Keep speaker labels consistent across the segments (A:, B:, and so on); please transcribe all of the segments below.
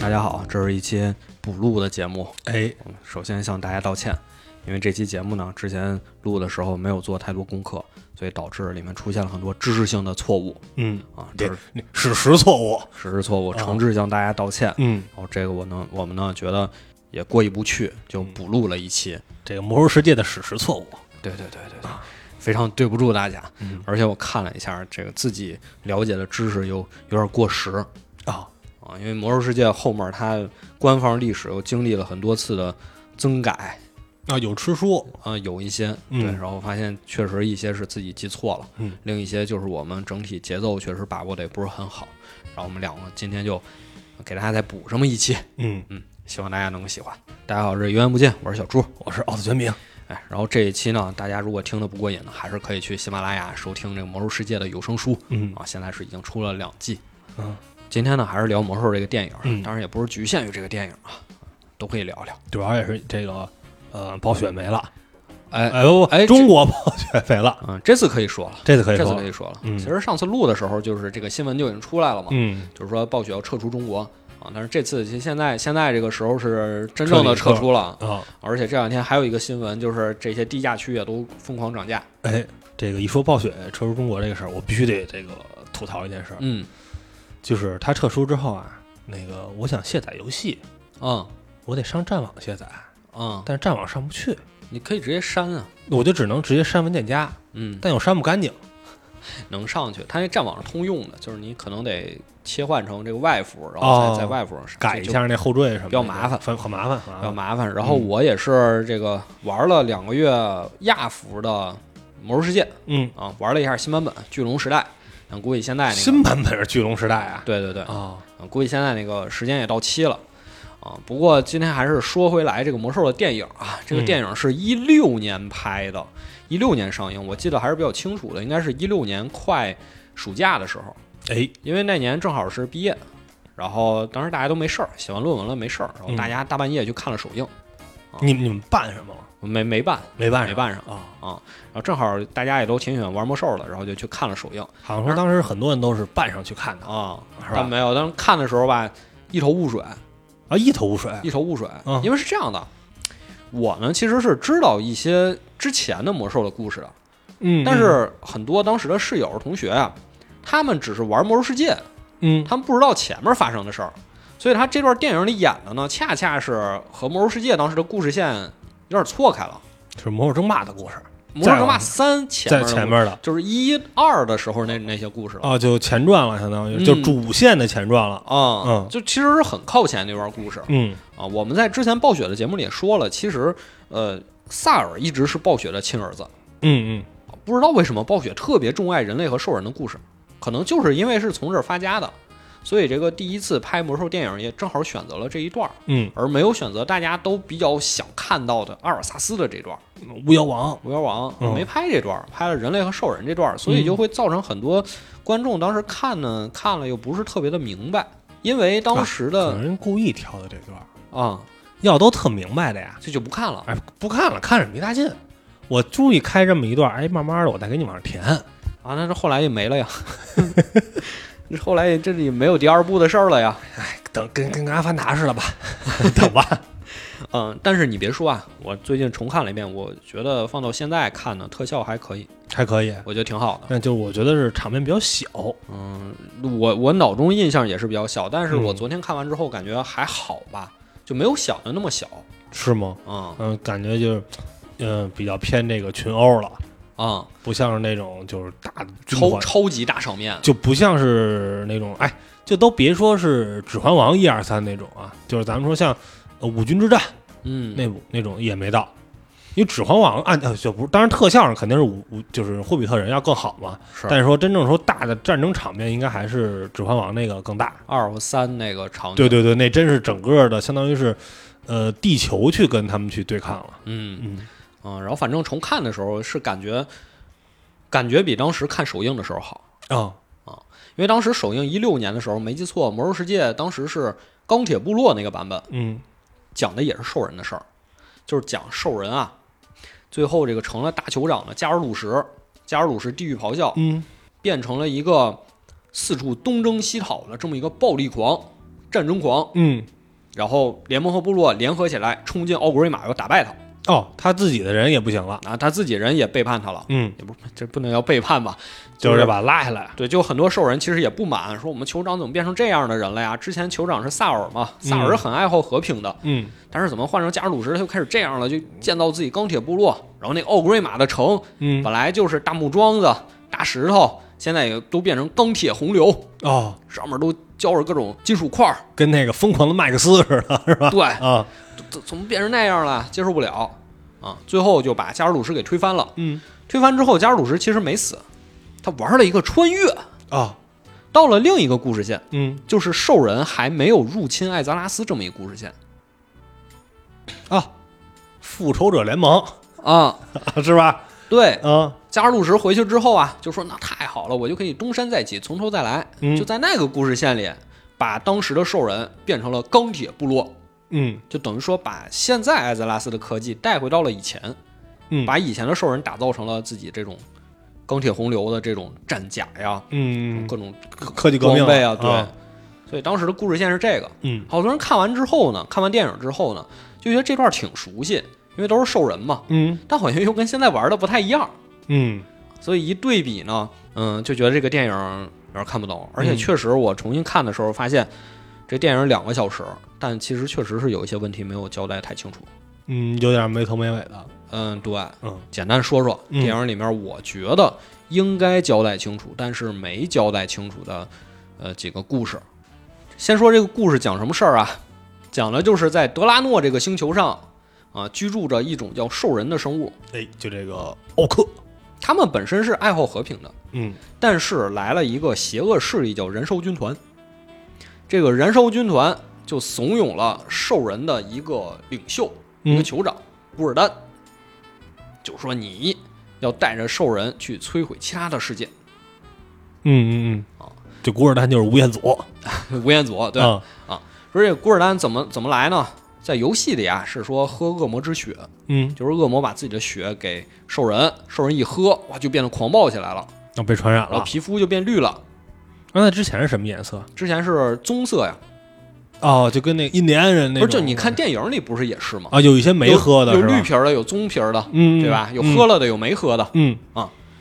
A: 大家好，这是一期补录的节目。
B: 哎，
A: 首先向大家道歉，因为这期节目呢，之前录的时候没有做太多功课，所以导致里面出现了很多知识性的错误
B: 嗯，
A: 啊，这
B: 对
A: 是，
B: 史实错误，
A: 实是错误，
B: 啊
A: 诚挚向大家道歉。
B: 嗯，
A: 然后这个我呢，我们呢觉得也过意不去，就补录了一期。
B: 这个魔兽世界的史实错误，
A: 对对对对对，非常对不住大家。
B: 嗯
A: 而且我看了一下，这个自己了解的知识又有点过时
B: 啊，
A: 啊，因为《魔兽世界》后面它官方历史又经历了很多次的增改，
B: 啊，有吃书，
A: 啊，有一些对，
B: 嗯
A: 然后发现确实一些是自己记错了，
B: 嗯，
A: 另一些就是我们整体节奏确实把握的也不是很好，然后我们两个今天就给大家再补这么一期，
B: 嗯，
A: 嗯，希望大家能够喜欢。大家好，这是源源不见，我是小朱，
B: 我是奥特全明，
A: 哎，然后这一期呢，大家如果听的不过瘾呢，还是可以去喜马拉雅收听这个《魔兽世界》的有声书
B: 嗯
A: 啊，现在是已经出了两季。
B: 嗯，
A: 今天呢，还是聊魔兽这个电影，
B: 嗯
A: 当然也不是局限于这个电影啊，都可以聊聊。
B: 主要也是这个呃暴雪没了，
A: 哎，
B: 哎不，
A: 哎这
B: 中国暴雪没了，
A: 嗯，这次可以说了。
B: 这次可以
A: 这次
B: 说
A: 可，以说了。
B: 嗯
A: 其实上次录的时候，就是这个新闻就已经出来了嘛，
B: 嗯，
A: 就是说暴雪要撤出中国啊。但是这次其实现在现在这个时候是真正的撤出了，
B: 啊，
A: 而且这两天还有一个新闻，就是这些低价区也都疯狂涨价。
B: 哎，这个一说暴雪撤出中国这个事儿，我必须得这个吐槽一件事儿，
A: 嗯
B: 就是他撤出之后啊，那个我想卸载游戏，
A: 嗯
B: 我得上战网卸载，
A: 嗯，
B: 但是战网上不去，
A: 你可以直接删啊。
B: 我就只能直接删文件夹，
A: 嗯，
B: 但又删不干净，
A: 能上去，它那战网是通用的，就是你可能得切换成这个外服，然后
B: 哦
A: 在在外服上上
B: 改一，下那啊嗯后缀什么的，
A: 比较麻烦
B: 反很麻烦，很麻
A: 比较
B: 烦。
A: 麻烦。然后我也是这个玩了两个月亚服的《魔兽世界》，
B: 嗯，
A: 啊，玩了一下新版本《巨龙时代》，嗯，估计现在那个
B: 新版本是巨龙时代啊。
A: 对对对，
B: 啊，
A: 嗯估计现在那个时间也到期了啊。不过今天还是说回来这个魔兽的电影啊，这个
B: 嗯
A: 电影是一六年拍的，一六、年上映，我记得还是比较清楚的，应该是一六年快暑假的时候，
B: 哎，
A: 因为那年正好是毕业。然后当时大家都没事儿，写完论文了没事儿，然后
B: 嗯
A: 大家大半夜去看了首映，
B: 你们你们办什么了？
A: 没没办
B: 没办
A: 没办上，
B: 啊，
A: 然后正好大家也都挺喜欢玩魔兽的，然后就去看了首映。
B: 好像说当时很多人都是办上去看的
A: 啊、
B: 是吧
A: 但没有，当时看的时候吧，一头雾水，
B: 啊，一头雾水。
A: 一头雾水，
B: 嗯
A: 因为是这样的，我呢其实是知道一些之前的魔兽的故事的，
B: 嗯
A: 但是很多当时的室友同学啊，他们只是玩魔兽世界，
B: 嗯
A: 他们不知道前面发生的事儿，所以他这段电影里演的呢，恰恰是和魔兽世界当时的故事线有点错开了，
B: 是魔兽争霸的故事，
A: 《魔兽争
B: 再
A: 霸
B: 往
A: 三》前面
B: 在
A: 的
B: 前
A: 故事
B: 面的
A: 就是一二的时候那那些故事了。
B: 哦，就前传了，相当于就
A: 嗯
B: 主线的前传了。
A: 啊、
B: 嗯
A: 就其实是很靠前那段故事，
B: 嗯
A: 啊，我们在之前暴雪的节目里也说了，其实呃，萨尔一直是暴雪的亲儿子，
B: 嗯
A: 不知道为什么暴雪特别钟爱人类和兽人的故事，可能就是因为是从这儿发家的，所以这个第一次拍魔兽电影也正好选择了这一段儿，
B: 嗯
A: 而没有选择大家都比较想看到的阿尔萨斯的这段儿。
B: 嗯，巫妖王
A: 无妖王
B: 嗯
A: 没拍这段儿，拍了人类和兽人这段儿，所以就会造成很多观众当时看呢看了又不是特别的明白，因为当时
B: 啊可
A: 的
B: 能人故意挑的这段，
A: 啊
B: 要都特明白的呀。
A: 这就不看了。
B: 哎，不看了，看着没大劲。我注意开这么一段，哎，慢慢的我再给你往上填。
A: 啊，那这后来也没了呀， 这后来也这里没有第二部的事儿了呀。
B: 哎等跟跟阿凡达似的吧， 等吧。
A: 嗯，但是你别说啊，我最近重看了一遍，我觉得放到现在看呢，特效还可以，
B: 还可以，
A: 我觉得挺好的。
B: 但就是我觉得是场面比较小，
A: 嗯，我我脑中印象也是比较小，但是我
B: 嗯
A: 昨天看完之后感觉还好吧，就没有想的那么小。
B: 是吗？
A: 嗯
B: 嗯，感觉就是，嗯、比较偏这个群殴了，
A: 啊、
B: 不像是那种就是大的军
A: 超
B: 团
A: 超级大场面，
B: 就不像是那种哎，就都别说是《指环王》一二三那种啊，就是咱们说像呃五军之战
A: 嗯，
B: 那种那种也没到，因为《指环王》按呃就不是，当然特效上肯定是五五就是霍比特人要更好嘛，
A: 是
B: 但是说真正说大的战争场面，应该还是《指环王》那个更大。
A: 二和三那个场景，
B: 对，对对，那真是整个的，相当于是，呃，地球去跟他们去对抗了。
A: 嗯
B: 嗯，
A: 嗯，然后反正重看的时候是感觉，感觉比当时看首映的时候好。
B: 啊，
A: 因为当时首映一六年的时候，没记错，《魔兽世界》当时是钢铁部落那个版本，
B: 嗯
A: 讲的也是兽人的事儿，就是讲兽人啊，最后这个成了大酋长的加尔鲁什，加尔鲁什地狱咆哮
B: 嗯，
A: 变成了一个四处东征西讨的这么一个暴力狂、战争狂，
B: 嗯，
A: 然后联盟和部落联合起来冲进奥格瑞玛要打败他，
B: 哦，他自己的人也不行了，
A: 啊，他自己人也背叛他了，
B: 嗯，
A: 也不这不能叫背叛吧，
B: 就是把他拉下来，
A: 对，就很多兽人其实也不满，说我们酋长怎么变成这样的人了呀？之前酋长是萨尔嘛，萨尔很爱好和平的，
B: 嗯，
A: 但是怎么换成加尔鲁什他就开始这样了，就建造自己钢铁部落，然后那个奥格瑞玛的城
B: 嗯，
A: 本来就是大木桩子、大石头，现在也都变成钢铁洪流，
B: 哦，
A: 上面都浇着各种金属块儿，
B: 跟那个疯狂的麦克斯似的，是吧？
A: 对，
B: 啊，
A: 怎怎么变成那样了？接受不了啊！最后就把加尔鲁什给推翻了。
B: 嗯，
A: 推翻之后，加尔鲁什其实没死，他玩了一个穿越，
B: 哦，
A: 到了另一个故事线。
B: 嗯，
A: 就是兽人还没有入侵艾泽拉斯这么一个故事线
B: 啊，复仇者联盟
A: 啊、
B: 是吧？
A: 对，
B: 啊，
A: 加尔鲁什回去之后啊，就说那太好了，我就可以东山再起，从头再来。
B: 嗯
A: 就在那个故事线里，把当时的兽人变成了钢铁部落，
B: 嗯
A: 就等于说把现在艾泽拉斯的科技带回到了以前，
B: 嗯，
A: 把以前的兽人打造成了自己这种钢铁洪流的这种战甲呀，
B: 嗯
A: 各种
B: 科科技革
A: 装
B: 命
A: 备啊
B: 了啊
A: 对。，所以当时的故事线是这个，
B: 嗯
A: 好多人看完之后呢，看完电影之后呢，就觉得这段挺熟悉，因为都是兽人嘛，
B: 嗯
A: 但好像又跟现在玩的不太一样，
B: 嗯
A: 所以一对比呢，嗯，就觉得这个电影有点看不懂。而且
B: 嗯
A: 确实，我重新看的时候发现，这电影两个小时，但其实确实是有一些问题没有交代太清楚。
B: 嗯，有点没头没尾的，
A: 嗯，对，
B: 嗯
A: 简单说说
B: 嗯
A: 电影里面，我觉得应该交代清楚，但是没交代清楚的，呃，几个故事。先说这个故事讲什么事儿啊？讲的就是在德拉诺这个星球上啊，居住着一种叫兽人的生物，
B: 哎，就这个奥克，
A: 他们本身是爱好和平的，
B: 嗯
A: 但是来了一个邪恶势力叫燃烧军团。这个燃烧军团就怂恿了兽人的一个领袖，一个
B: 嗯
A: 酋长古尔丹，就说你要带着兽人去摧毁其他的世界。
B: 嗯嗯嗯，这古尔丹就是吴彦祖，
A: 吴彦祖对，
B: 啊
A: 说这个古尔丹怎么怎么来呢？在游戏里啊，是说喝恶魔之血，
B: 嗯，
A: 就是恶魔把自己的血给兽人，兽人一喝，哇，就变得狂暴起来了，
B: 那啊被传染
A: 然后
B: 了。
A: 皮肤就变绿了。
B: 那他之前是什么颜色？
A: 之前是棕色呀，
B: 哦，就跟那个印第安人那
A: 不是？
B: 种，
A: 就你看电影里不是也是吗？
B: 啊，有一些没
A: 有
B: 喝的
A: 有
B: 是吧
A: 绿皮儿的，有棕皮儿的，
B: 嗯，
A: 对吧？有喝了的，有没喝的，
B: 嗯，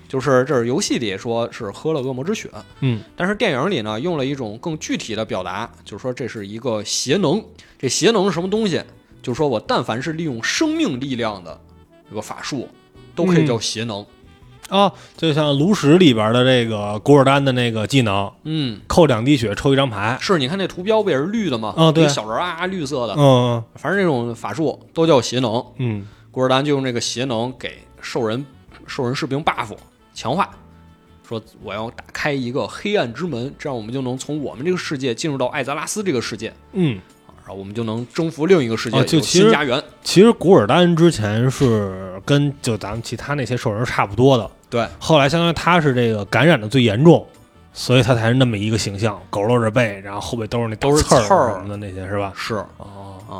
A: 就是这是游戏里说是喝了恶魔之血，
B: 嗯
A: 但是电影里呢用了一种更具体的表达，就是说这是一个邪能，这邪能是什么东西？就是说我但凡是利用生命力量的这个法术，都可以叫邪能。
B: 嗯啊，就像炉石里边的这个古尔丹的那个技能，
A: 嗯，
B: 扣两滴血抽一张牌，
A: 是你看那图标不也是绿的吗？
B: 哦对
A: 一小人啊啊绿色的，
B: 嗯
A: 反正这种法术都叫邪能。
B: 嗯
A: 古尔丹就用这个邪能给兽人兽人士兵 buff 强化，说我要打开一个黑暗之门，这样我们就能从我们这个世界进入到艾泽拉斯这个世界，
B: 嗯，
A: 啊然后我们就能征服另一个世界，
B: 哦就
A: 有
B: 其实
A: 新家园。
B: 其实古尔丹之前是跟就咱们其他那些兽人差不多的，
A: 对，
B: 后来相当于他是这个感染的最严重，所以他才是那么一个形象，佝偻着背，然后后背都是那大
A: 都是
B: 刺儿啊
A: 刺儿
B: 什么的那些是吧？
A: 是
B: 哦，
A: 啊、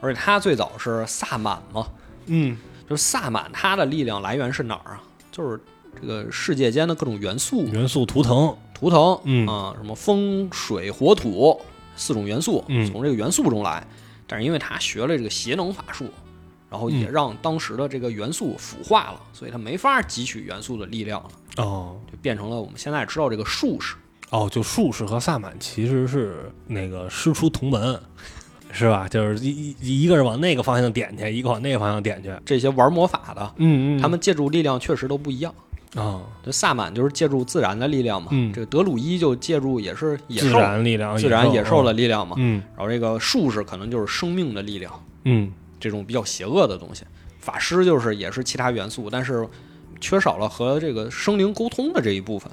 A: 而且他最早是萨满嘛，
B: 嗯
A: 就是萨满他的力量来源是哪儿啊？就是这个世界间的各种元素，
B: 元素图腾，
A: 图腾，
B: 嗯
A: 啊、什么风、水、火、土四种元素，
B: 嗯
A: 从这个元素中来。但是因为他学了这个邪能法术，然后
B: 嗯
A: 也让当时的这个元素腐化了，所以他没法汲取元素的力量了，
B: 哦
A: 就变成了我们现在知道这个术士。
B: 哦，就术士和萨满其实是那个师出同门，是吧？就是一一一个是往那个方向点去，一个往那个方向点去。
A: 这些玩魔法的，
B: 嗯
A: 他们借助力量确实都不一样。
B: 啊，
A: 就萨满就是借助自然的力量嘛，
B: 嗯
A: 这个德鲁伊就借助也是野
B: 自
A: 兽、
B: 然啊力量，
A: 自然野兽的。力量嘛，
B: 嗯
A: 然后这个术士可能就是生命的力量。
B: 嗯
A: 这种比较邪恶的东西。法师就是也是其他元素，但是缺少了和这个生灵沟通的这一部分，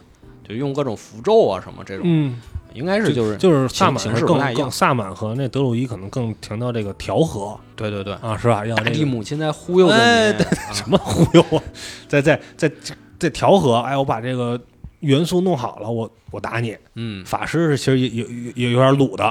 A: 就用各种符咒啊什么这种，
B: 嗯，
A: 应该是就是
B: 就是萨满
A: 形
B: 是
A: 式不太
B: 更
A: 一
B: 更
A: 样。
B: 萨满和那德鲁伊可能更强调这个调和
A: 对对对，
B: 啊，是吧？要
A: 大
B: 这
A: 地
B: 个
A: 母亲在忽悠着
B: 哎
A: 你
B: 对。 什么忽悠啊？在在在在调和，哎，我把这个元素弄好了，我我打你。
A: 嗯，
B: 法师是其实也有有有有点鲁 的，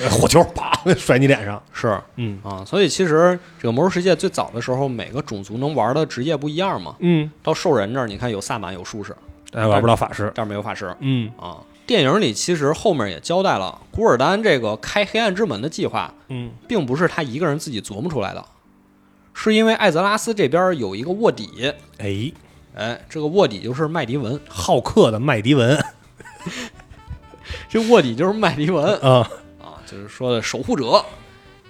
B: 呃火球啪 甩你脸上。
A: 是
B: 嗯
A: 啊，所以其实这个魔兽世界最早的时候，每个种族能玩的职业不一样嘛。
B: 嗯，
A: 到兽人这儿，你看有萨满有术士，
B: 哎，玩不到法师。
A: 这儿没有法师
B: 嗯
A: 啊。电影里其实后面也交代了，古尔丹这个开黑暗之门的计划，
B: 嗯
A: 并不是他一个人自己琢磨出来的，是因为艾泽拉斯这边有一个卧底，
B: 哎，
A: 哎，这个卧底就是麦迪文，
B: 好客的麦迪文
A: 这卧底就是麦迪文
B: 啊，
A: 啊，就是说的守护者。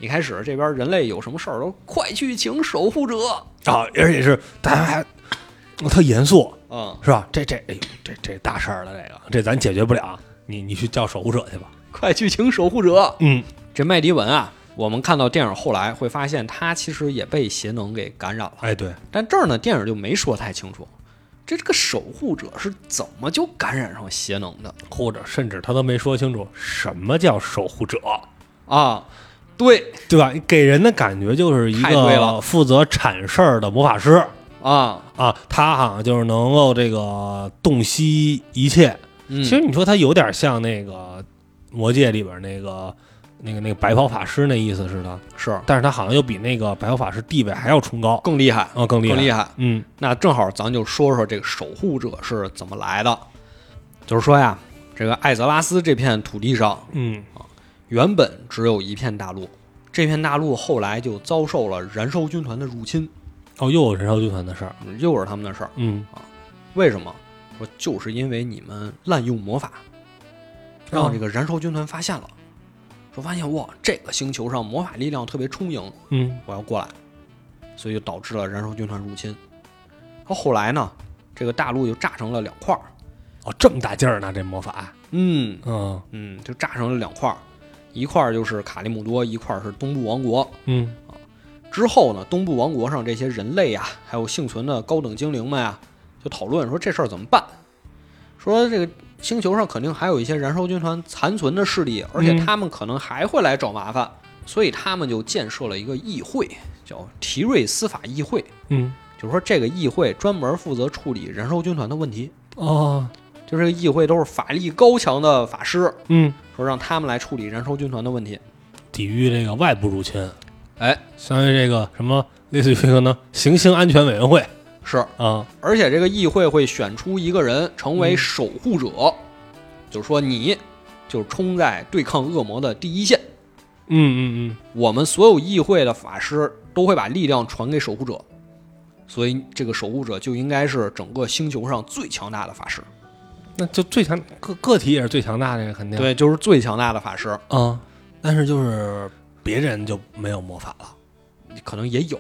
A: 一开始这边人类有什么事儿都快去请守护者，
B: 啊，而且是大家还我特严肃，
A: 嗯，
B: 是吧？这这哎呦，这这大事儿了，这个这咱解决不了，你你去叫守护者去吧。
A: 快去请守护者。
B: 嗯，
A: 这麦迪文啊，我们看到电影后来会发现他其实也被邪能给感染了，
B: 哎对，
A: 但这儿呢，电影就没说太清楚，这这个守护者是怎么就感染上邪能的
B: 或者甚至他都没说清楚什么叫守护者，
A: 啊？对
B: 对吧？给人的感觉就是一
A: 太对
B: 个
A: 了
B: 负责铲事儿的魔法师
A: 啊，
B: 啊，他好像就是能够这个洞悉一切。
A: 嗯，
B: 其实你说他有点像那个《魔戒》里边那个那个那个白袍法师那意思似的，
A: 是
B: 但是他好像又比那个白袍法师地位还要崇高
A: 更厉害，
B: 啊，更厉害。
A: 更厉害。
B: 嗯
A: 那正好咱就说说这个守护者是怎么来的，就是说呀，这个艾泽拉斯这片土地上
B: 嗯，
A: 原本只有一片大陆，这片大陆后来就遭受了燃烧军团的入侵，
B: 哦，又有燃烧军团的事儿。
A: 又是他们的事儿。
B: 嗯，
A: 为什么？说就是因为你们滥用魔法，让这
B: 个
A: 个燃烧军团发现了，说发现哇，这个星球上魔法力量特别充盈，
B: 嗯
A: 我要过来，所以就导致了燃烧军团入侵。可后来呢，这个大陆就炸成了两块儿，
B: 哦，这么大劲儿呢，这魔法。
A: 嗯
B: 嗯
A: 嗯，就炸成了两块儿，一块儿就是卡利姆多，一块儿是东部王国。
B: 嗯
A: 之后呢，东部王国上这些人类啊，还有幸存的高等精灵们啊，就讨论说这事儿怎么办。说这个星球上肯定还有一些燃烧军团残存的势力，而且
B: 嗯
A: 他们可能还会来找麻烦，所以他们就建设了一个议会，叫提瑞司法议会。
B: 嗯
A: 就是说，这个议会专门负责处理燃烧军团的问题。
B: 哦
A: 就这个议会都是法力高强的法师，
B: 嗯，
A: 说让他们来处理燃烧军团的问题。
B: 抵御这个外部入侵，
A: 哎，
B: 相当于这个什么类似于这个呢，行星安全委员会
A: 是，
B: 啊。
A: 而且这个议会会选出一个人成为
B: 嗯
A: 守护者，就是说你就是冲在对抗恶魔的第一线。
B: 嗯嗯
A: 我们所有议会的法师都会把力量传给守护者，所以这个守护者就应该是整个星球上最强大的法师，
B: 嗯，那就最强个个体也是最强大的，肯定。
A: 对，就是最强大的法师，
B: 啊，但是就是别人就没有魔法了。
A: 可能也有，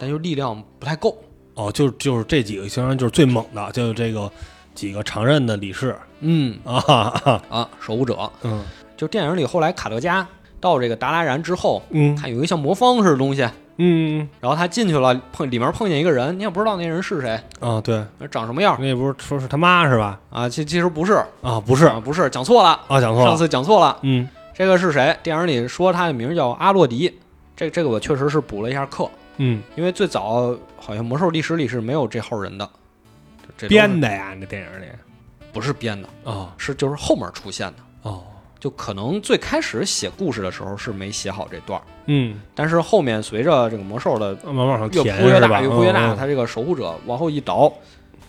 A: 但就力量不太够。
B: 哦，就就是这几个相当于就是最猛的，就是这个几个常任的理事
A: 嗯
B: 啊啊，
A: 啊，守护者
B: 嗯
A: 就电影里后来卡德加到这个达拉然之后，
B: 嗯
A: 他有一个像魔方似的东西，
B: 嗯
A: 然后他进去了，碰里面碰见一个人，你也不知道那人是谁，
B: 啊，对，
A: 长什么样
B: 那不是说是他妈是吧？
A: 啊？其其实不是，
B: 啊，不是
A: 啊，不是，讲错了，
B: 啊，讲错
A: 上
B: 了，
A: 次讲错了。
B: 嗯
A: 这个是谁？电影里说他的名叫阿洛迪，这这个我确实是补了一下课，
B: 嗯，
A: 因为最早好像魔兽历史里是没有这号人的，这这都是
B: 编的呀，那电影里。
A: 不是编的，
B: 哦
A: 是就是后面出现的，
B: 哦，
A: 就可能最开始写故事的时候是没写好这段儿，
B: 嗯，
A: 但是后面随着这个魔兽的
B: 慢慢往上
A: 越
B: 填
A: 铺越
B: 是
A: 大，
B: 吧？
A: 越铺越大，
B: 嗯
A: 他这个守护者往后一倒，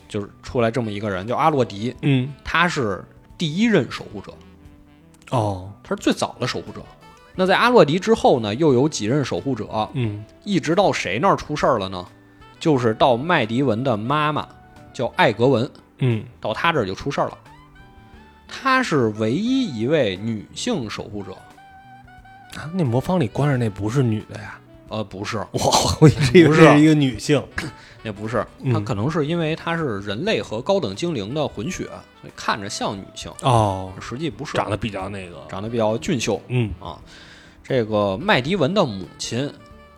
A: 就是出来这么一个人，叫阿洛迪，
B: 嗯
A: 他是第一任守护者，
B: 哦
A: 他是最早的守护者。那在阿洛迪之后呢，又有几任守护者，
B: 嗯
A: 一直到谁那儿出事儿了呢？就是到麦迪文的妈妈叫艾格文，
B: 嗯
A: 到她这儿就出事儿了。她是唯一一位女性守护者，
B: 啊那魔方里关着那不是女的呀？
A: 呃，不是，
B: 哇，我以为
A: 不是
B: 是一个啊女性。
A: 也不是，
B: 嗯
A: 她可能是因为她是人类和高等精灵的混血，所以看着像女性，
B: 哦，
A: 实际不是，
B: 长得比较那个，
A: 长得比较俊秀。
B: 嗯
A: 啊，这个麦迪文的母亲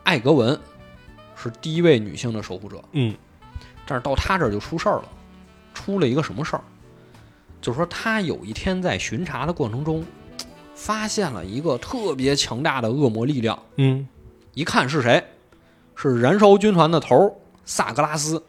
A: 艾格文是第一位女性的守护者，
B: 嗯
A: 但是到她这儿就出事儿了，出了一个什么事儿？就是说她有一天在巡查的过程中，发现了一个特别强大的恶魔力量，
B: 嗯，
A: 一看是谁，是燃烧军团的头儿萨格拉斯，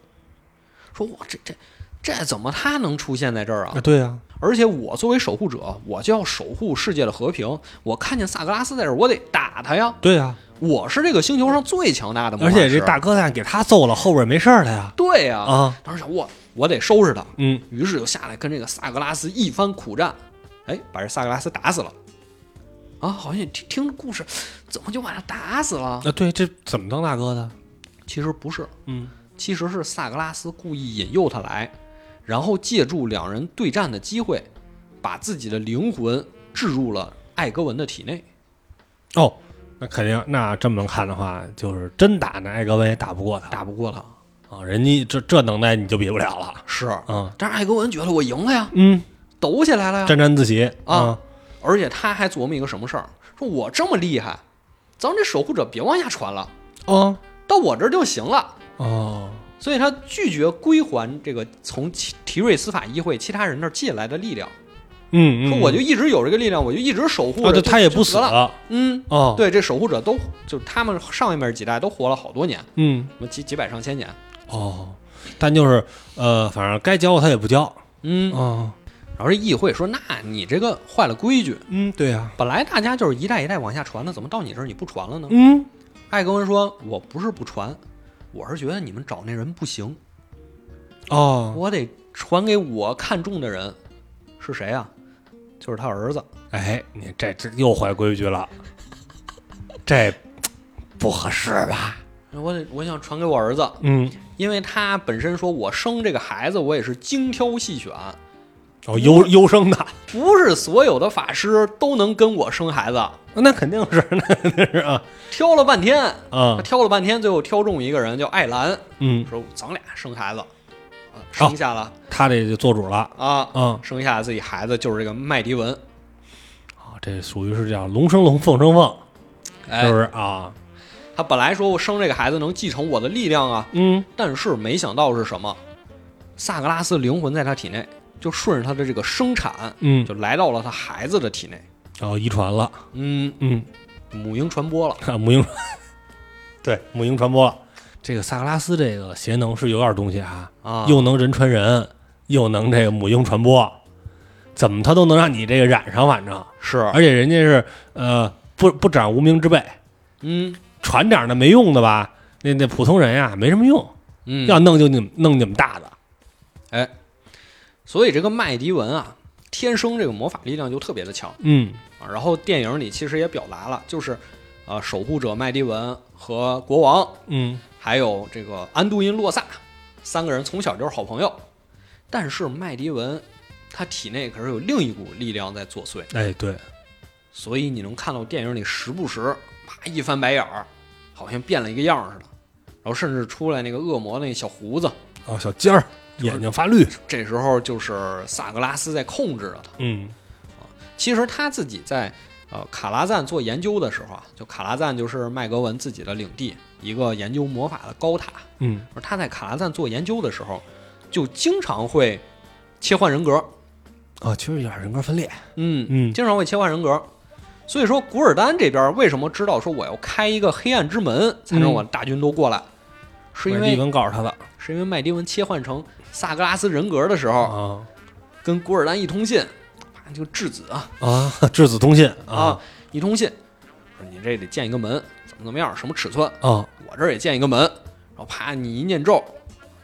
A: 说哇这这。这怎么他能出现在这儿啊？
B: 啊，对啊，
A: 而且我作为守护者，我就要守护世界的和平。我看见萨格拉斯在这儿，我得打他呀！
B: 对啊，
A: 我是这个星球上最强大的魔
B: 而
A: 法师，
B: 且这大哥蛋给他揍了，后边没事儿了呀。
A: 对呀、
B: 啊，
A: 当时想我我得收拾他，
B: 嗯
A: 于是就下来跟这个萨格拉斯一番苦战。哎，把这萨格拉斯打死了。啊，好像也听听着故事，怎么就把他打死了？
B: 啊，对，这怎么当大哥的？
A: 其实不是，
B: 嗯，
A: 其实是萨格拉斯故意引诱他来，然后借助两人对战的机会，把自己的灵魂置入了艾格文的体内。
B: 哦，那肯定，那这么看的话，就是真打那艾格文也打不过他
A: 打不过他，
B: 啊，人家这这能耐你就比不了了，
A: 是，
B: 啊，
A: 但是艾格文觉得我赢了呀，
B: 嗯，
A: 抖起来了呀。
B: 沾沾自喜
A: 啊，而且他还琢磨一个什么事儿，说我这么厉害，咱们这守护者别往下传了，
B: 哦
A: 到我这儿就行了。
B: 哦，
A: 所以他拒绝归还这个从提提瑞斯法议会其他人那儿借来的力量，
B: 嗯嗯，
A: 说我就一直有这个力量，我就一直守护
B: 啊，
A: 着。
B: 对，他也不
A: 就
B: 死
A: 得了，
B: 了，
A: 嗯，
B: 哦，，
A: 对，这守护者都就他们上一面几代都活了好多年，
B: 嗯，
A: 什么几几百上千年，
B: 哦，但就是呃，反正该交他也不交，
A: 嗯。
B: 啊，
A: 然后这议会说，那你这个坏了规矩，
B: 嗯，对呀，
A: 本来大家就是一代一代往下传的，怎么到你这儿你不传了呢？
B: 嗯，
A: 艾格文说：“我不是不传，我是觉得你们找那人不行，
B: 哦，
A: 我得传给我看中的人，是谁啊？就是他儿子。
B: 哎，你这这又坏规矩了，这不合适吧？
A: 我得我想传给我儿子，
B: 嗯，
A: 因为他本身说我生这个孩子，我也是精挑细选，
B: 哦，优优生的，
A: 不是所有的法师都能跟我生孩子。
B: 那肯定是，那肯定是啊，
A: 挑了半天，他
B: 啊，
A: 挑了半天，最后挑中一个人叫艾兰，
B: 嗯，
A: 说咱俩生孩子，啊，生下了、
B: 他这就做主了，
A: 啊，
B: 嗯，
A: 生下自己孩子就是这个麦迪文。”
B: 啊，这属于是叫龙生龙，凤生凤，
A: 哎，
B: 是不是啊？
A: 他本来说我生这个孩子能继承我的力量啊，
B: 嗯，
A: 但是没想到是什么，萨格拉斯灵魂在他体内，就顺着他的这个生产，
B: 嗯，
A: 就来到了他孩子的体内。
B: 然后遗传了，
A: 嗯，
B: 嗯，
A: 母婴传播了。
B: 啊，母婴，对，母婴传播了。这个萨格拉斯这个邪能是有点东西啊，
A: 啊
B: 又能人传人，又能这个母婴传播，怎么他都能让你这个染上，反正，
A: 是，
B: 而且人家是呃不不长无名之辈，
A: 嗯
B: 传点儿那没用的吧，那那普通人呀、没什么用，
A: 嗯，
B: 要弄就你们弄你们大的，
A: 所以这个麦迪文啊，天生这个魔法力量就特别的强
B: 嗯
A: 啊。然后电影里其实也表达了，就是呃，守护者麦迪文和国王
B: 嗯
A: 还有这个安杜因洛萨，三个人从小就是好朋友。但是麦迪文他体内可是有另一股力量在作祟，
B: 哎对，
A: 所以你能看到电影里时不时啪一翻白眼儿，好像变了一个样儿似的。然后甚至出来那个恶魔那小胡子，
B: 哦小尖儿眼睛发绿，
A: 这时候就是萨格拉斯在控制着他。
B: 嗯
A: 其实他自己在呃卡拉赞做研究的时候啊，就卡拉赞就是麦格文自己的领地，一个研究魔法的高塔。
B: 嗯
A: 而他在卡拉赞做研究的时候，就经常会切换人格，
B: 哦其实有点人格分裂，
A: 嗯，
B: 嗯
A: 经常会切换人格。嗯所以说，古尔丹这边为什么知道说我要开一个黑暗之门才能让我大军都过来，是因
B: 麦迪
A: 为
B: 文告诉他的
A: 是因为麦迪文切换成萨格拉斯人格的时候，
B: 啊
A: 跟古尔丹一通信，啊，这个质子啊
B: 啊质子通信啊
A: 啊一通信，说你这得建一个门，怎么怎么样，什么尺寸，
B: 啊，
A: 我这儿也建一个门，然后啪你一念咒，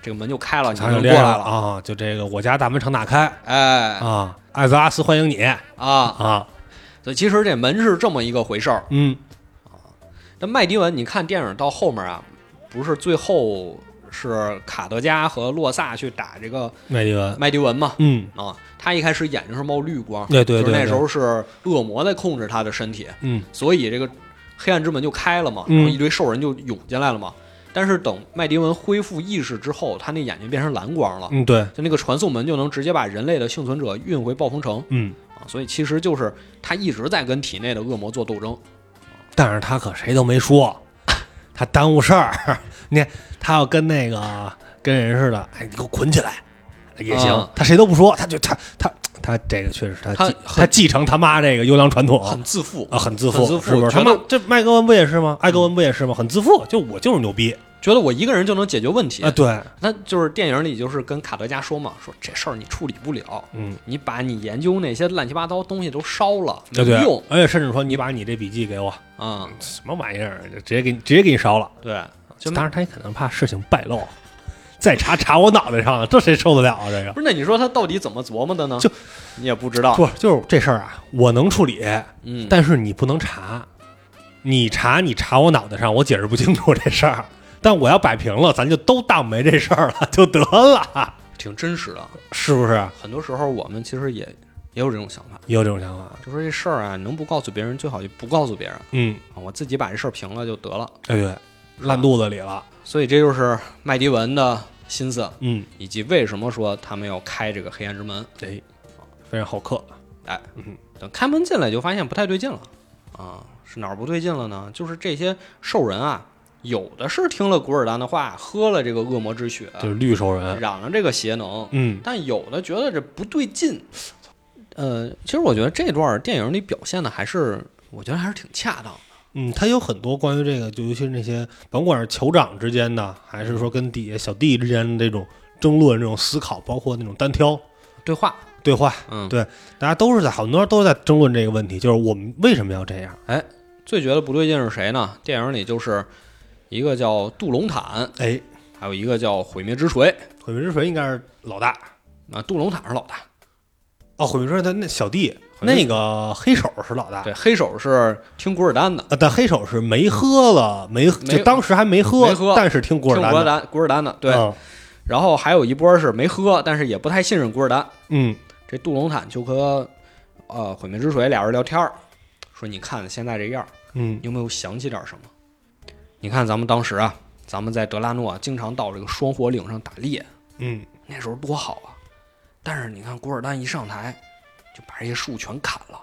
A: 这个门就开了，你就
B: 咱就
A: 嗯能
B: 连
A: 过
B: 上
A: 来了，
B: 了啊，就这个我家大门常大开
A: 哎
B: 啊，艾泽拉斯欢迎你
A: 啊
B: 啊，
A: 所以其实这门是这么一个回事儿。
B: 嗯
A: 那麦迪文，你看电影到后面啊，不是最后是卡德加和洛萨去打这个
B: 麦迪文，
A: 麦迪文嘛？
B: 嗯
A: 啊，他一开始眼睛是冒绿光，
B: 对对
A: 就是
B: 对
A: 那
B: 对
A: 时候是恶魔在控制他的身体，
B: 嗯
A: 所以这个黑暗之门就开了嘛，
B: 嗯
A: 然后一堆兽人就涌进来了嘛。但是等麦迪文恢复意识之后，他那眼睛变成蓝光了，
B: 嗯对
A: 就那个传送门就能直接把人类的幸存者运回暴风城
B: 嗯。
A: 啊。所以其实就是他一直在跟体内的恶魔做斗争。
B: 但是他可谁都没说，他耽误事儿。你看，他要跟那个跟人似的，哎，你给我捆起来也行。
A: 嗯
B: 他谁都不说，他就他他他这个确实他
A: 他
B: 继
A: 很
B: 他继承他妈这个优良传统
A: 很自负
B: 啊，很自负，
A: 很自负嗯
B: 是不是？
A: 觉
B: 他
A: 得
B: 妈这麦格文不也是吗？艾格文不也是吗？很自负，就我就是牛逼
A: 觉得我一个人就能解决问题
B: 啊！。对，
A: 那就是电影里就是跟卡德加说嘛，说这事儿你处理不了，
B: 嗯，
A: 你把你研究那些乱七八糟东西都烧了，没
B: 对对
A: 用。
B: 而且甚至说，你把你这笔记给我，
A: 啊、
B: 什么玩意儿，直接给你直接给你烧了。
A: 对，就
B: 当然，他也可能怕事情败露， 再查查我脑袋上了，这谁受得了啊？这个
A: 不是，那你说他到底怎么琢磨的呢？
B: 就
A: 你也不知道。
B: 不就是这事儿啊？我能处理，
A: 嗯，
B: 但是你不能查，你查你查我脑袋上，我解释不清楚这事儿。但我要摆平了，咱就都当没这事儿了，就得了，
A: 挺真实的。
B: 是不是？
A: 很多时候我们其实也也有这种想法，
B: 也有这种想法？
A: 就说这事儿啊，能不告诉别人最好就不告诉别人，
B: 嗯，
A: 啊我自己把这事儿平了就得了。
B: 哎对，烂肚子里了，
A: 所以这就是麦迪文的心思，
B: 嗯，
A: 以及为什么说他们要开这个黑暗之门。
B: 哎，非常好客，
A: 等开门进来就发现不太对劲了，啊，是哪儿不对劲了呢？就是这些兽人啊，有的是听了古尔丹的话，喝了这个恶魔之血，
B: 就是绿手人，
A: 染了这个邪能，
B: 嗯，
A: 但有的觉得这不对劲。呃，其实我觉得这段电影里表现的还是，我觉得还是挺恰当的。
B: 嗯，他有很多关于这个，就尤其是那些甭管是酋长之间的，还是说跟底下小弟之间的这种争论、这种思考，包括那种单挑
A: 对话，
B: 对话，
A: 嗯，
B: 对大家都是在很多人都在争论这个问题，就是我们为什么要这样？
A: 最觉得不对劲是谁呢？电影里就是一个叫杜隆坦，
B: 哎，
A: 还有一个叫毁灭之锤。
B: 毁灭之锤应该是老大
A: 啊，杜隆坦是老大，
B: 哦，毁灭之锤他那小弟
A: 毁灭
B: 那个黑手是老大，
A: 对，黑手是听古尔丹的，
B: 呃，但黑手是没喝了，没
A: 没
B: 就当时还没喝，
A: 没喝
B: 但是听古尔
A: 听
B: 丹
A: 古尔
B: 的，
A: 丹古尔丹的，对。
B: 嗯
A: 然后还有一波是没喝，但是也不太信任古尔丹。
B: 嗯
A: 这杜隆坦就和呃毁灭之锤俩人聊天儿，说你看现在这样儿，
B: 嗯
A: 你有没有想起点什么？你看咱们当时啊，咱们在德拉诺啊经常到这个双火岭上打猎，
B: 嗯，
A: 那时候多好啊！但是你看古尔丹一上台，就把这些树全砍了，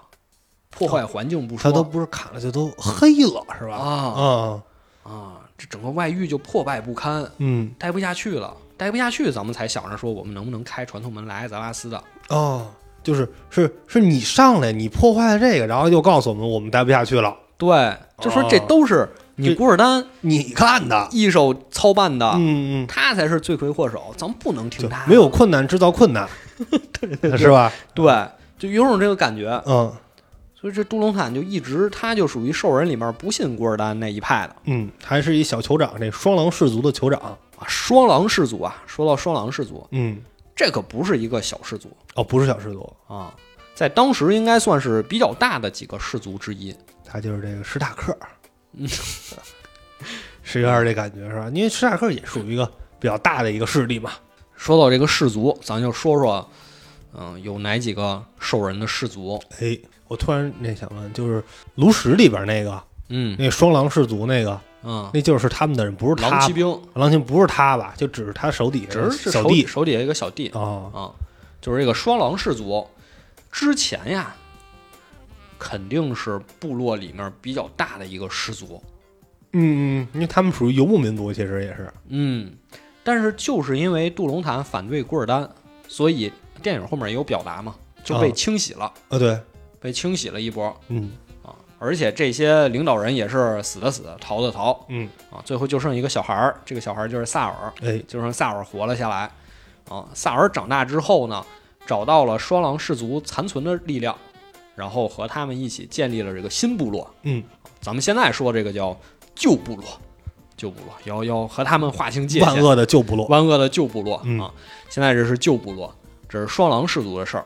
A: 破坏环境不说，
B: 他都不是砍了，就都黑了是吧？
A: 啊
B: 啊
A: 啊，这整个外域就破败不堪，
B: 嗯
A: 待不下去了，待不下去，咱们才想着说我们能不能开传送门来咱拉斯的。
B: 哦，就是是是你上来，你破坏了这个，然后又告诉我们我们待不下去了，
A: 对，就说
B: 哦
A: 这都是你
B: 这
A: 古尔丹
B: 你干的，
A: 一手操办的，
B: 嗯嗯，
A: 他才是罪魁祸首，咱们不能听
B: 就
A: 他。
B: 没有困难制造困 难，是吧？
A: 对，就有种这个感觉。
B: 嗯
A: 所以这杜隆坦就一直，他就属于兽人里面不信古尔丹那一派的
B: 嗯，还是一小酋长，这双狼氏族的酋长，
A: 啊。双狼氏族啊，说到双狼氏族，
B: 嗯，
A: 这可不是一个小氏族
B: 哦，不是小氏族，
A: 啊，在当时应该算是比较大的几个氏族之一。
B: 他就是这个史塔克，
A: 嗯
B: 是有点这感觉是吧？因为史塔克也属于一个比较大的一个势力嘛，
A: 说到这个氏族，咱就说说，嗯，有哪几个兽人的氏族？
B: 哎，我突然那想问，就是炉石里边那个
A: 嗯
B: 那双狼氏族那个，
A: 嗯，
B: 那就是他们的人，不是他
A: 狼
B: 吧
A: 骑兵，
B: 狼琴不是他吧？就只是他手底下
A: 只
B: 的
A: 是
B: 小
A: 手
B: 弟
A: 手底下一个小弟
B: 哦，
A: 啊，就是这个双狼氏族。之前呀，肯定是部落里面比较大的一个氏族，
B: 嗯嗯，因为他们属于游牧民族，其实也是，
A: 嗯，但是就是因为杜隆坦反对古尔丹，所以电影后面也有表达嘛，就被
B: 啊
A: 清洗了，
B: 呃，对，
A: 被清洗了一波
B: 嗯
A: 啊。而且这些领导人也是死的死，逃的逃
B: 嗯，
A: 啊，最后就剩一个小孩儿，这个小孩儿就是萨尔，
B: 哎，
A: 就剩萨尔活了下来。啊，萨尔长大之后呢，找到了双狼氏族残存的力量，然后和他们一起建立了这个新部落。
B: 嗯，
A: 咱们现在说这个叫旧部落，旧部落要要和他们划清界
B: 万
A: 限。
B: 恶的旧部落，
A: 万恶的旧部落、
B: 嗯
A: 啊，现在这是旧部落，这是双狼氏族的事儿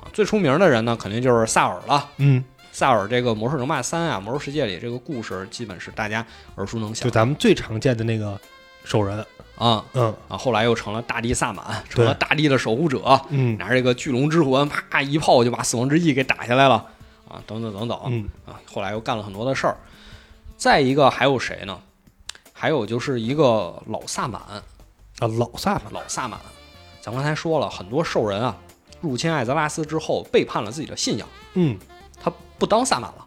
A: 啊。最出名的人呢，肯定就是萨尔了。
B: 嗯，
A: 萨尔这个《魔兽争霸三》啊，《魔兽世界》里这个故事，基本是大家耳熟能详
B: 就咱们最常见的那个兽人，
A: 啊
B: 嗯
A: 啊。后来又成了大力萨满，成了
B: 对
A: 大力的守护者，
B: 嗯
A: 拿着这个巨龙之魂，啪一炮就把死亡之翼给打下来了啊，等等等等
B: 嗯，
A: 啊。后来又干了很多的事儿。再一个还有谁呢？还有就是一个老萨满，
B: 啊，老萨满，
A: 老萨满。咱刚才说了，很多兽人啊，入侵艾泽拉斯之后背叛了自己的信仰，
B: 嗯，
A: 他不当萨满了，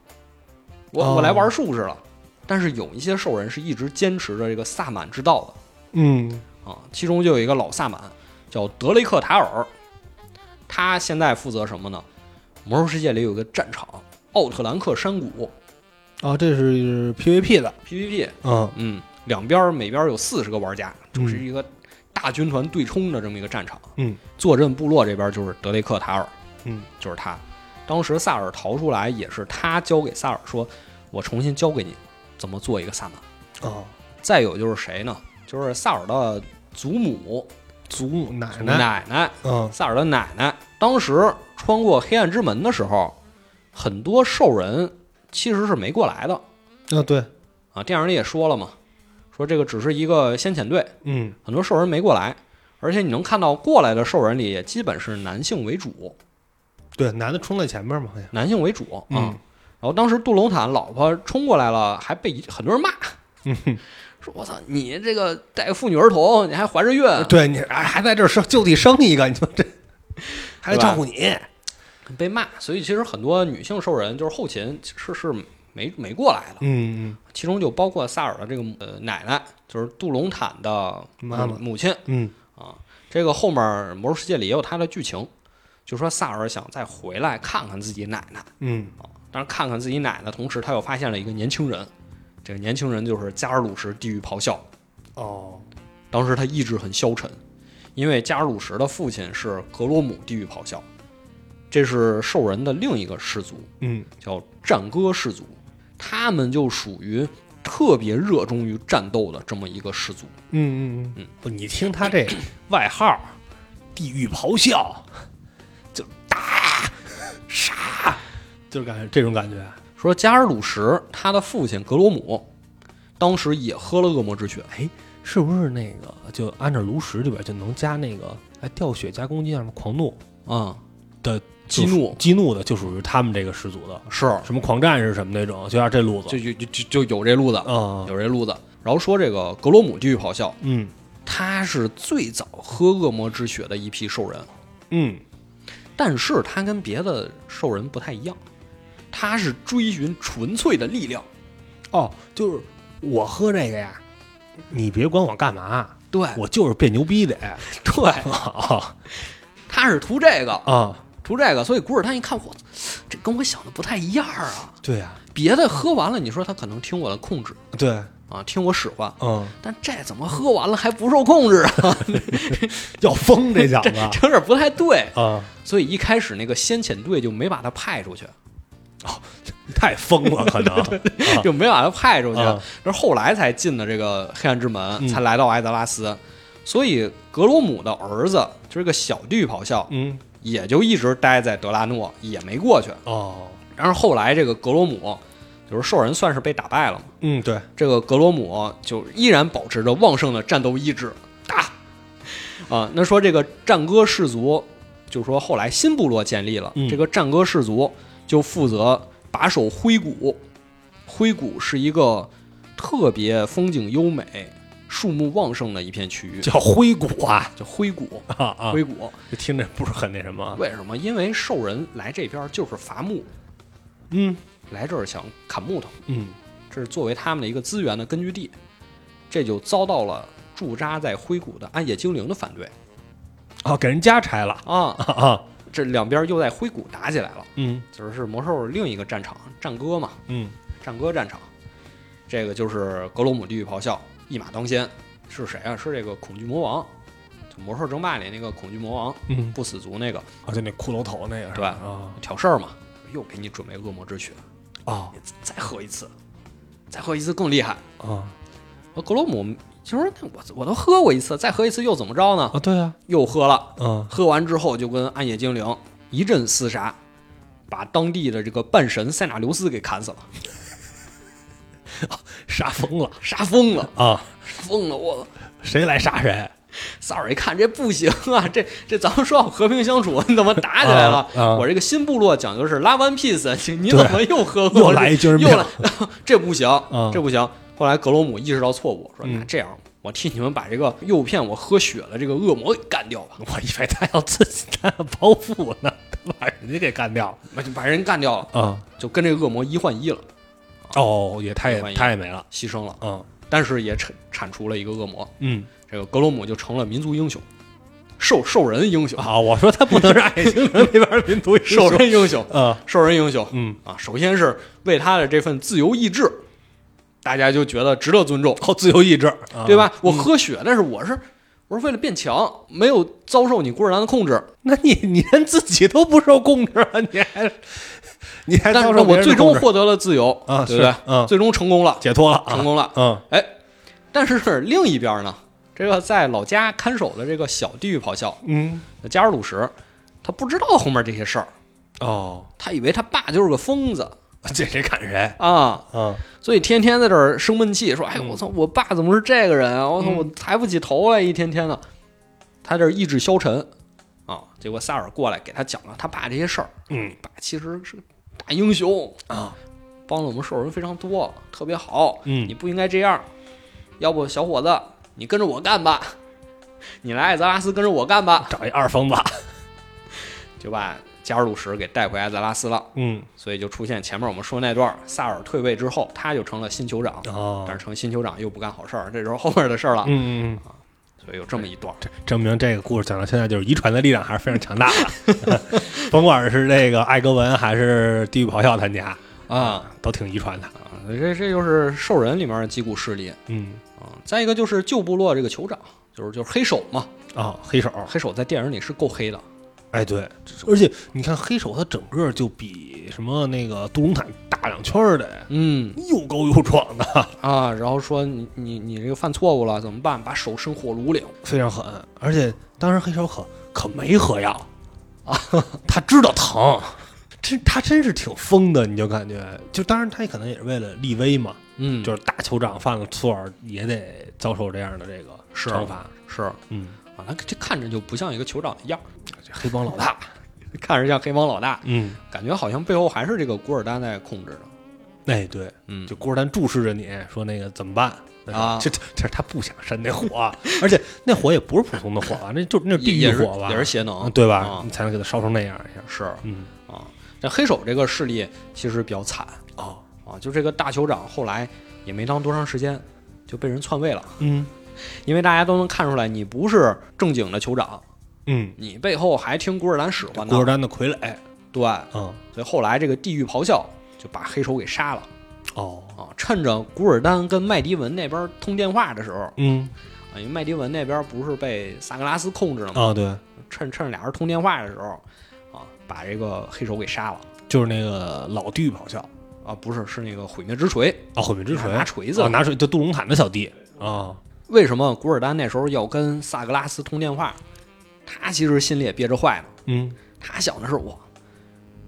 A: 我、
B: 哦
A: 我来玩术士了。但是有一些兽人是一直坚持着这个萨满之道
B: 嗯
A: 的啊，其中就有一个老萨满叫德雷克塔尔，他现在负责什么呢？魔兽世界里有一个战场奥特兰克山谷
B: 啊，这是 PVP 的，
A: PVP，
B: 嗯
A: 嗯，两边儿每边儿有四十个玩家，就是一个大军团对冲的这么一个战场。
B: 嗯，
A: 坐镇部落这边就是德雷克塔尔，
B: 嗯，
A: 就是他。当时萨尔逃出来也是他教给萨尔说：“我重新教给你怎么做一个萨满。
B: 哦，”
A: 再有就是谁呢？就是萨尔的祖母
B: 祖母奶奶，
A: 奶奶
B: 嗯
A: 萨尔的奶奶，当时穿过黑暗之门的时候，很多兽人其实是没过来的
B: 啊对，
A: 啊。电影里也说了嘛，说这个只是一个先遣队，
B: 嗯
A: 很多兽人没过来，而且你能看到过来的兽人里也基本是男性为主，
B: 对，男的冲在前面嘛，好像，
A: 男性为主啊。
B: 嗯
A: 然后当时杜隆坦老婆冲过来了，还被很 多人骂，说：“我操，你这个带妇女儿童，你还怀着孕，
B: 对你哎还在这儿生就地生一个，你说这还
A: 对
B: 得
A: 吧
B: 照顾你，
A: 被骂。”所以其实很多女性兽人就是后勤是是没没过来的。
B: 嗯
A: 其中就包括萨尔的这个母呃奶奶，就是杜隆坦的母
B: 妈妈
A: 母亲。
B: 嗯
A: 这个后面《魔兽世界》里也有他的剧情，就说萨尔想再回来看看自己奶奶，
B: 嗯
A: 但是看看自己奶奶，同时他又发现了一个年轻人，这个年轻人就是加尔鲁什地狱咆哮。
B: 哦
A: 当时他意志很消沉，因为加尔鲁什的父亲是格罗姆地狱咆哮，这是兽人的另一个氏族，
B: 嗯
A: 叫战歌氏族，他们就属于特别热衷于战斗的这么一个氏族。
B: 嗯嗯
A: 嗯
B: 嗯，不，你听他这 外号“地狱咆哮”，就打杀，就是感觉这种感觉，
A: 说加尔鲁什他的父亲格罗姆，当时也喝了恶魔之血，
B: 是不是那个就按照炉石里边就能加那个哎掉血加攻击叫什么狂怒
A: 啊、
B: 的
A: 激怒
B: 激怒的，就属于他们这个氏族的，
A: 是
B: 什么狂战士什么那种，就要这路子
A: 就有就就就有这路子，
B: 啊，
A: 有这路子。然后说这个格罗姆地狱咆哮，
B: 嗯
A: 他是最早喝恶魔之血的一批兽人，
B: 嗯
A: 但是他跟别的兽人不太一样，他是追寻纯粹的力量。
B: 哦，就是我喝这个呀，你别管我干嘛，
A: 对
B: 我就是变牛逼得
A: 对，
B: 啊
A: 他是图这个，
B: 啊，
A: 图这个，所以古尔丹一看，我这跟我想的不太一样啊。
B: 对呀
A: 别的喝完了，你说他可能听我的控制
B: 对，
A: 啊，听我使唤，
B: 嗯，
A: 但这怎么喝完了还不受控制 啊？
B: 要疯这小子
A: 这有点不太对。
B: 啊，
A: 所以一开始那个先遣队就没把他派出去，
B: 太疯了可能啊
A: 就没把他派出去。
B: 啊
A: 这后来才进的这个黑暗之门，
B: 嗯
A: 才来到艾泽拉斯。所以格罗姆的儿子就是个小地狱咆哮，
B: 嗯
A: 也就一直待在德拉诺，也没过去。
B: 哦
A: 然后后来这个格罗姆就是兽人，算是被打败了嘛。
B: 嗯对，
A: 这个格罗姆就依然保持着旺盛的战斗意志，打啊！那说这个战歌氏族，就说后来新部落建立了，
B: 嗯
A: 这个战歌氏族就负责把守灰谷。灰谷是一个特别风景优美、树木旺盛的一片区域，
B: 叫灰骨啊
A: 叫灰谷。
B: 啊啊，
A: 灰谷
B: 就听着不是很那什么啊，
A: 为什么？因为兽人来这边就是伐木，
B: 嗯
A: 来这儿想砍木头。
B: 嗯。
A: 这是作为他们的一个资源的根据地，这就遭到了驻扎在灰谷的暗夜精灵的反对
B: 哦，给人家拆了
A: 啊！
B: 啊啊，
A: 这两边又在灰谷打起来了，
B: 嗯
A: 就是是魔兽另一个战场战歌嘛，
B: 嗯
A: 战歌战场，这个就是格罗姆地狱咆哮一马当先，是谁啊？是这个恐惧魔王，就魔兽争霸里那个恐惧魔王
B: 嗯，
A: 不死族那个
B: 啊，就那骷髅头那个是吧？啊
A: 挑事儿嘛，又给你准备恶魔之血，
B: 啊
A: 你再喝一次，再喝一次更厉害。
B: 啊
A: 我呃格罗姆就说：“那我我都喝过一次，再喝一次又怎么着呢？”
B: 啊，对啊，
A: 又喝了，
B: 嗯
A: 喝完之后就跟暗夜精灵一阵厮杀，把当地的这个半神塞纳留斯给砍死了，
B: 杀疯了
A: 杀疯了，
B: 啊，
A: 疯了！我
B: 谁来杀谁？
A: 萨尔一看这不行啊，这这咱们说好和平相处，你怎么打起来了？
B: 啊啊
A: 我这个新部落讲究是拉 one piece，你你怎么又喝
B: 又来一军儿
A: 又
B: 兵
A: 来， 这不行，
B: 啊
A: 这不行。后来格罗姆意识到错误，说
B: 嗯
A: 那这样，我替你们把这个诱骗我喝血的这个恶魔给干掉吧，
B: 我以为他要自己带包袱呢， 他把人家给干掉了
A: 把把人干掉了，
B: 啊！
A: 就跟这个恶魔一换一了，
B: 哦，也太
A: 欢迎
B: 太没了，
A: 牺牲了。
B: 嗯
A: 但是也铲铲除了一个恶魔，
B: 嗯
A: 这个格罗姆就成了民族英雄，兽兽人英 雄，
B: 啊，我说他不能让爱情人那边民族
A: 兽人英雄，
B: 啊，
A: 兽人英雄
B: 嗯，
A: 啊！首先是为他的这份自由意志，大家就觉得值得尊重，
B: 靠自由意志，啊
A: 对？吧？我喝血，但是我是我是为了变强，没有遭受你孤儿男的控制，
B: 那你你连自己都不受控制了，你还你还
A: 但
B: 遭
A: 是
B: 受别
A: 我
B: 人
A: 最
B: 的控
A: 终
B: 制
A: 获得了自由
B: 啊
A: 对不对
B: 是？嗯
A: 最终成功了，
B: 解脱了
A: 成
B: 啊，
A: 功了。
B: 嗯
A: 哎，但是另一边呢，这个在老家看守的这个小地狱咆哮
B: 嗯，
A: 加尔鲁什，他不知道后面这些事儿，
B: 哦，
A: 他以为他爸就是个疯子
B: 这谁砍谁
A: 啊，
B: 啊？
A: 所以天天在这儿生闷气，说：“哎，
B: 嗯
A: 我操，我爸怎么是这个人啊？我操，
B: 嗯
A: 我抬不起头啊来，一天天的。”他这儿意志消沉啊。结果萨尔过来给他讲了他爸这些事儿，
B: 嗯
A: 爸其实是个大英雄，
B: 啊，
A: 帮了我们兽人非常多，特别好。你
B: 嗯
A: 不应该这样，要不小伙子，你跟着我干吧，你来艾泽拉斯跟着我干吧，
B: 找一二疯子。
A: 就把加尔鲁什给带回艾泽拉斯了。
B: 嗯，
A: 所以就出现前面我们说那段，萨尔退位之后，他就成了新酋长，
B: 哦
A: 但，是成新酋长又不干好事儿，这是后面的事儿了。
B: 嗯嗯，
A: 所以有这么一段，
B: 嗯证明这个故事讲到现在，就是遗传的力量还是非常强大的， 甭管是这个艾格文还是地狱咆哮他们家
A: 啊，
B: 都挺遗传的。
A: 啊这这就是兽人里面的几股势力
B: 嗯，
A: 啊。再一个就是旧部落这个酋长，就是就是黑手嘛，
B: 哦，黑手，
A: 黑手在电影里是够黑的，
B: 哎，对，而且你看黑手，他整个就比什么那个杜隆坦大两圈儿的，
A: 嗯
B: 又高又壮的，
A: 啊，然后说你你你这个犯错误了怎么办？把手伸火炉里，
B: 非常狠。而且当时黑手可可没喝药啊， 他知道疼，真他真是挺疯的，你就感觉，就当然他可能也是为了立威嘛，
A: 嗯，
B: 就是大酋长犯了错儿也得遭受这样的这个
A: 是
B: 惩罚。
A: 是啊，
B: 嗯，
A: 他这看着就不像一个酋长的样儿，
B: 这黑帮老
A: 老
B: 大，
A: 大， 看着像黑帮老大，
B: 嗯，
A: 感觉好像背后还是这个古尔丹在控制着。
B: 哎对，
A: 嗯，
B: 就郭尔丹注视着你说那个怎么办
A: 啊
B: 这这他不想扇那火， 而且那火也不是普通的火 吧，那就那是地狱
A: 也
B: 火吧，
A: 也是邪能
B: 嗯，对吧？
A: 啊
B: 你才能给他烧成那样一下。
A: 是
B: 嗯，
A: 啊，这黑手这个势力其实比较惨
B: 哦，
A: 啊，就这个大酋长后来也没当多长时间就被人篡位了，
B: 嗯
A: 因为大家都能看出来，你不是正经的酋长，
B: 嗯，
A: 你背后还听古尔丹使唤
B: 郭
A: 呢。
B: 尔丹的傀儡，
A: 对，
B: 嗯
A: 所以后来这个地狱咆哮就把黑手给杀了
B: 哦，
A: 啊，趁着古尔丹跟麦迪文那边通电话的时候。
B: 嗯
A: 啊，因为麦迪文那边不是被萨格拉斯控制了吗？
B: 啊对，
A: 趁趁着俩人通电话的时候，啊，把这个黑手给杀了。
B: 就是那个老地狱咆哮
A: 啊，不是，是那个毁灭之锤。
B: 啊，毁灭之锤，
A: 拿拿锤子啊
B: 哦拿锤就杜隆坦的小弟啊，
A: 为什么古尔丹那时候要跟萨格拉斯通电话？他其实心里也憋着坏呢。
B: 嗯
A: 他想的是我，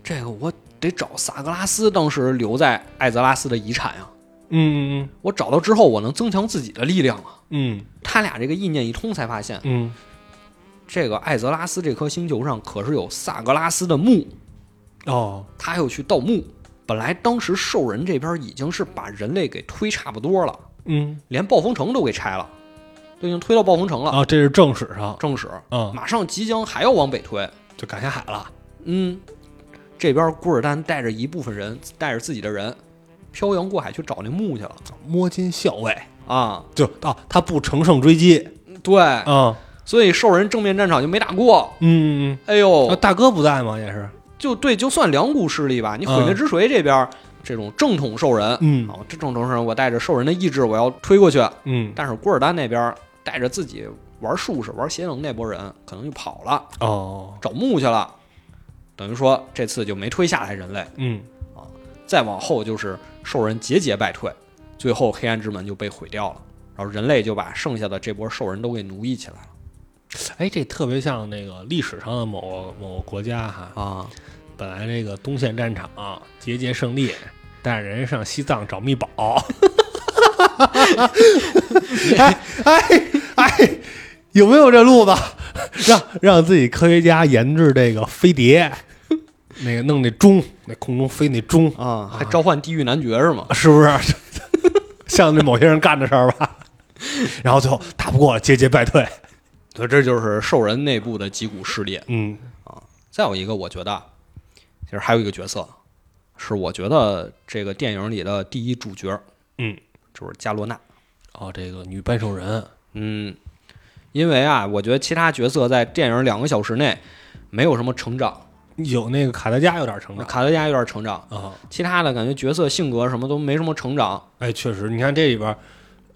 A: 这个我得找萨格拉斯当时留在艾泽拉斯的遗产呀、
B: 嗯
A: 我找到之后，我能增强自己的力量啊。
B: 嗯
A: 他俩这个意念一通，才发现
B: 嗯
A: 这个艾泽拉斯这颗星球上可是有萨格拉斯的墓。
B: 嗯哦，
A: 他又去盗墓。本来当时兽人这边已经是把人类给推差不多了，
B: 嗯
A: 连暴风城都给拆了，都已经推到暴风城了。
B: 啊，这是正史上
A: 正史
B: 啊，
A: 马上即将还要往北推，
B: 就赶下海了，
A: 嗯，这边古尔丹带着一部分人，带着自己的人，漂洋过海去找那墓去了
B: 摸金校尉。
A: 啊！
B: 就啊，他不乘胜追击
A: 对，
B: 啊，
A: 所以兽人正面战场就没打过。
B: 嗯，
A: 哎
B: 嗯啊
A: 呦，
B: 大哥不在吗？也是，
A: 就对，就算两股势力吧，你毁灭
B: 嗯
A: 之锤这边这种正统兽人，
B: 嗯
A: 啊，这正统兽人，我带着兽人的意志，我要推过去，
B: 嗯，
A: 但是古尔丹那边带着自己玩术士、玩邪能那波人，可能就跑了，
B: 哦，
A: 找墓去了。等于说这次就没推下来人类，
B: 嗯，
A: 再往后就是兽人节节败退，最后黑暗之门就被毁掉了，然后人类就把剩下的这波兽人都给奴役起来了
B: 哎，这特别像那个历史上的某个某个国家哈，
A: 啊！
B: 本来这个东线战场、节节胜利，但是人上西藏找密宝， 哎哎哎，有没有这路子？ 让让自己科学家研制这个飞碟，那个弄那钟，那空中飞那钟，
A: 啊，还召唤地狱男爵是吗？
B: 是 不是？像那某些人干的事儿吧？然后最后打不过，节节败退。
A: 对，这就是兽人内部的几股势力。
B: 嗯
A: 再有一个，我觉得啊其实还有一个角色，啊是我觉得这个电影里的第一主角，
B: 嗯，
A: 就是伽罗娜。
B: 哦，这个女扳手人，
A: 嗯，因为啊，我觉得其他角色在电影两个小时内没有什么成长，
B: 有那个卡德加有点成
A: 那
B: 长
A: 卡德加有点成长，
B: 啊。
A: 其他的感觉角色性格什么都没什么成长。
B: 哎，确实，你看这里边儿，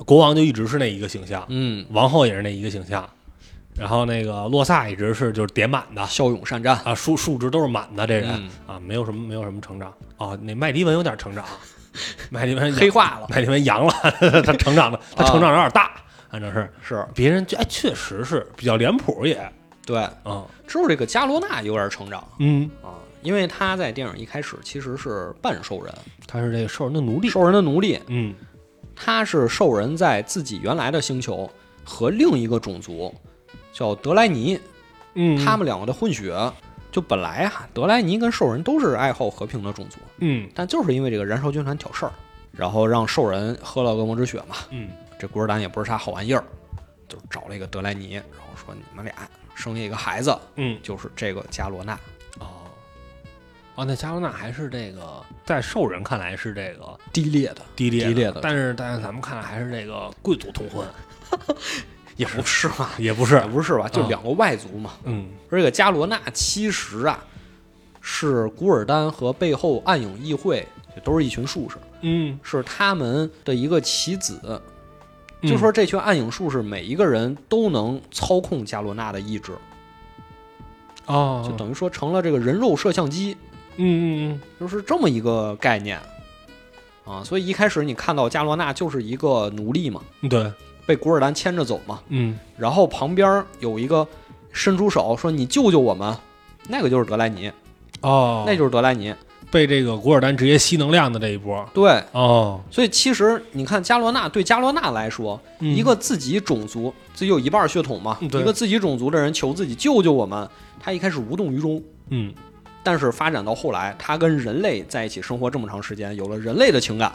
B: 国王就一直是那一个形象，
A: 嗯，
B: 王后也是那一个形象，然后那个洛萨一直是就是点满的
A: 骁勇善战，
B: 啊，数数值都是满的这人、
A: 嗯
B: 啊，没有什么没有什么成长啊。那麦迪文有点 成长，麦迪文
A: 黑化了
B: 麦迪文阳了，他成长的他成长有点大。反正是
A: 是
B: 别人就哎，确实是比较脸谱也，
A: 对。
B: 嗯
A: 之后这个加罗纳有点成长
B: 嗯，
A: 啊，因为他在电影一开始其实是半兽人，
B: 他是这个兽人的奴隶，
A: 兽人的奴隶，
B: 嗯
A: 他是兽人在自己原来的星球和另一个种族叫德莱尼，
B: 嗯，
A: 他们两个的混血。就本来啊，德莱尼跟兽人都是爱好和平的种族，
B: 嗯
A: 但就是因为这个燃烧军团挑事儿，然后让兽人喝了恶魔之血嘛，
B: 嗯
A: 这古尔丹也不是啥好玩意儿，就是找了一个德莱尼，然后说你们俩生下一个孩子，
B: 嗯，
A: 就是这个加罗纳。
B: 哦哦，那加罗纳还是这个在兽人看来是这个
A: 低劣的，
B: 低劣
A: 低劣的
B: 但是但是咱们看来还是这个贵族通婚，
A: 也不是嘛，
B: 也不是
A: 也，不是吧，就两个外族嘛。
B: 嗯
A: 而这个加罗纳其实啊，是古尔丹和背后暗影议会，就都是一群术士，
B: 嗯，
A: 是他们的一个棋子。
B: 嗯
A: 就说这群暗影术士每一个人都能操控加罗纳的意志，
B: 哦，
A: 就等于说成了这个人肉摄像机，
B: 嗯嗯
A: 就是这么一个概念啊。所以一开始你看到加罗纳就是一个奴隶嘛，
B: 嗯，对，
A: 被古尔丹牵着走嘛，
B: 嗯
A: 然后旁边有一个伸出手说：“你救救我们。”那个就是德莱尼，
B: 哦，
A: 那就是德莱尼。
B: 被这个古尔丹直接吸能量的这一波，
A: 对，
B: 哦，
A: 所以其实你看加罗纳对加罗纳来说，
B: 嗯
A: 一个自己种族自己有一半血统嘛，一
B: 嗯对
A: 个自己种族的人求自己救救我们，他一开始无动于衷。
B: 嗯
A: 但是发展到后来，他跟人类在一起生活这么长时间，有了人类的情感，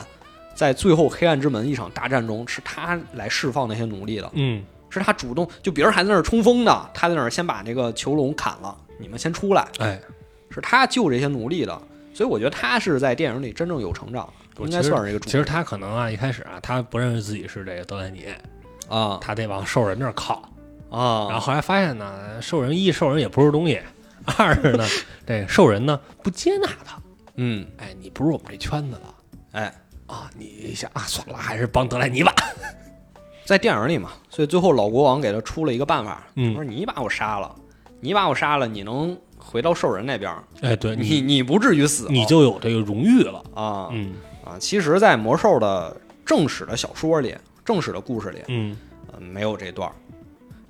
A: 在最后黑暗之门一场大战中，是他来释放那些奴隶的，
B: 嗯
A: 是他主动，就别人还在那儿冲锋呢，他在那儿先把这个囚笼砍了，你们先出来，
B: 哎，
A: 是他救这些奴隶的，所以我觉得他是在电影里真正有成长，
B: 我
A: 应
B: 其
A: 该
B: 实
A: 算是一个主
B: 其实他可能啊，一开始啊，他不认识自己是这个德莱尼，
A: 啊
B: 他得往兽人那儿靠。
A: 啊，
B: 然后后来发现呢，兽人一兽人也不是东西，二是 呢，这个兽人呢不接纳他，
A: 嗯，
B: 哎，你不是我们这圈子的
A: 哎，
B: 啊，你一想啊，算了，还是帮德莱尼吧。
A: 在电影里嘛，所以最后老国王给他出了一个办法，
B: 嗯
A: 他说你把我杀了，你把我杀了，你能回到兽人那边儿，
B: 哎，对
A: 你你不至于死，
B: 你就有这个荣誉了，
A: 啊
B: 嗯
A: 啊！其实，在魔兽的正史的小说里、正史的故事里，
B: 嗯
A: 嗯，没有这段儿，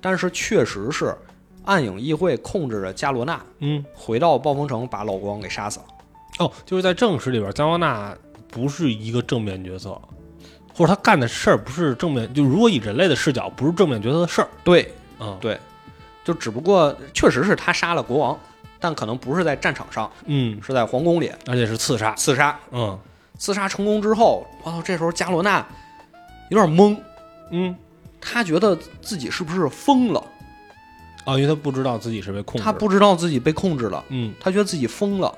A: 但是确实是暗影议会控制着加罗纳
B: 嗯，
A: 回到暴风城，把老国王给杀死了。
B: 哦，就是在正史里边，加罗纳不是一个正面角色，或者他干的事儿不是正面，就如果以人类的视角，不是正面角色的事儿。
A: 对
B: 嗯
A: 对，就只不过确实是他杀了国王，但可能不是在战场上，
B: 嗯，
A: 是在皇宫里
B: 而且是刺杀。
A: 刺杀。
B: 嗯
A: 刺杀成功之后，我操，这时候加罗纳有点懵，
B: 嗯，
A: 他觉得自己是不是疯了？
B: 哦，因为他不知道自己是被控制。
A: 他，不知道自己被控制了。
B: 嗯
A: 他觉得自己疯了。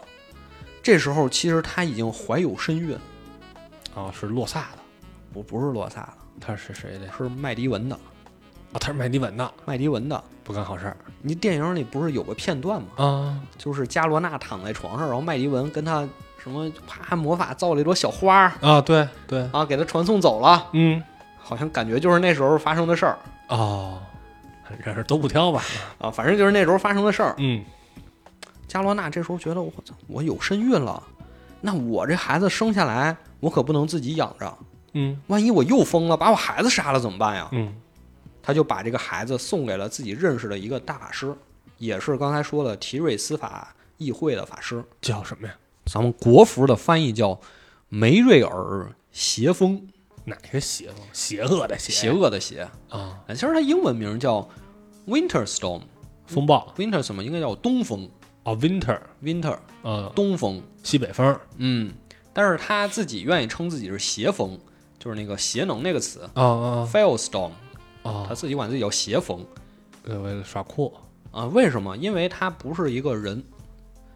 A: 这时候其实他已经怀有身孕，
B: 哦，是洛萨的，
A: 不不是罗萨的，
B: 他是谁的？
A: 是麦迪文的，
B: 哦，他是麦迪文的，
A: 麦迪文的。
B: 不干好事儿
A: 你电影里不是有个片段吗？
B: 啊。
A: 就是加罗纳躺在床上，然后麦迪文跟他什么啪魔法造了一朵小花儿
B: 啊，对对，
A: 啊，给他传送走了，
B: 嗯，
A: 好像感觉就是那时候发生的事儿
B: 哦，这事儿都不挑吧？
A: 啊，反正就是那时候发生的事儿。
B: 嗯
A: 加罗纳这时候觉得我操，我有身孕了，那我这孩子生下来我可不能自己养着，
B: 嗯
A: 万一我又疯了，把我孩子杀了怎么办呀？
B: 嗯，
A: 他就把这个孩子送给了自己认识的一个大法师，也是刚才说的提瑞斯法议会的法师。
B: 叫什么呀？
A: 咱们国服的翻译叫梅瑞尔邪风，
B: 哪个邪恶？邪恶的邪？
A: 邪恶的邪。
B: 啊，
A: 哎其实它英文名叫 Winterstorm，Winterstorm
B: 风暴
A: 应该叫东风
B: 哦，Winter，
A: ，Winter
B: 呃，
A: 东风。
B: 西北风。
A: 嗯，但是他自己愿意称自己是邪风，就是那个邪能那个词
B: 啊啊
A: f i r e s t o r m
B: 啊
A: 他！自己管自己叫邪风
B: 呃，为了耍酷，
A: 啊？为什么？因为他不是一个人，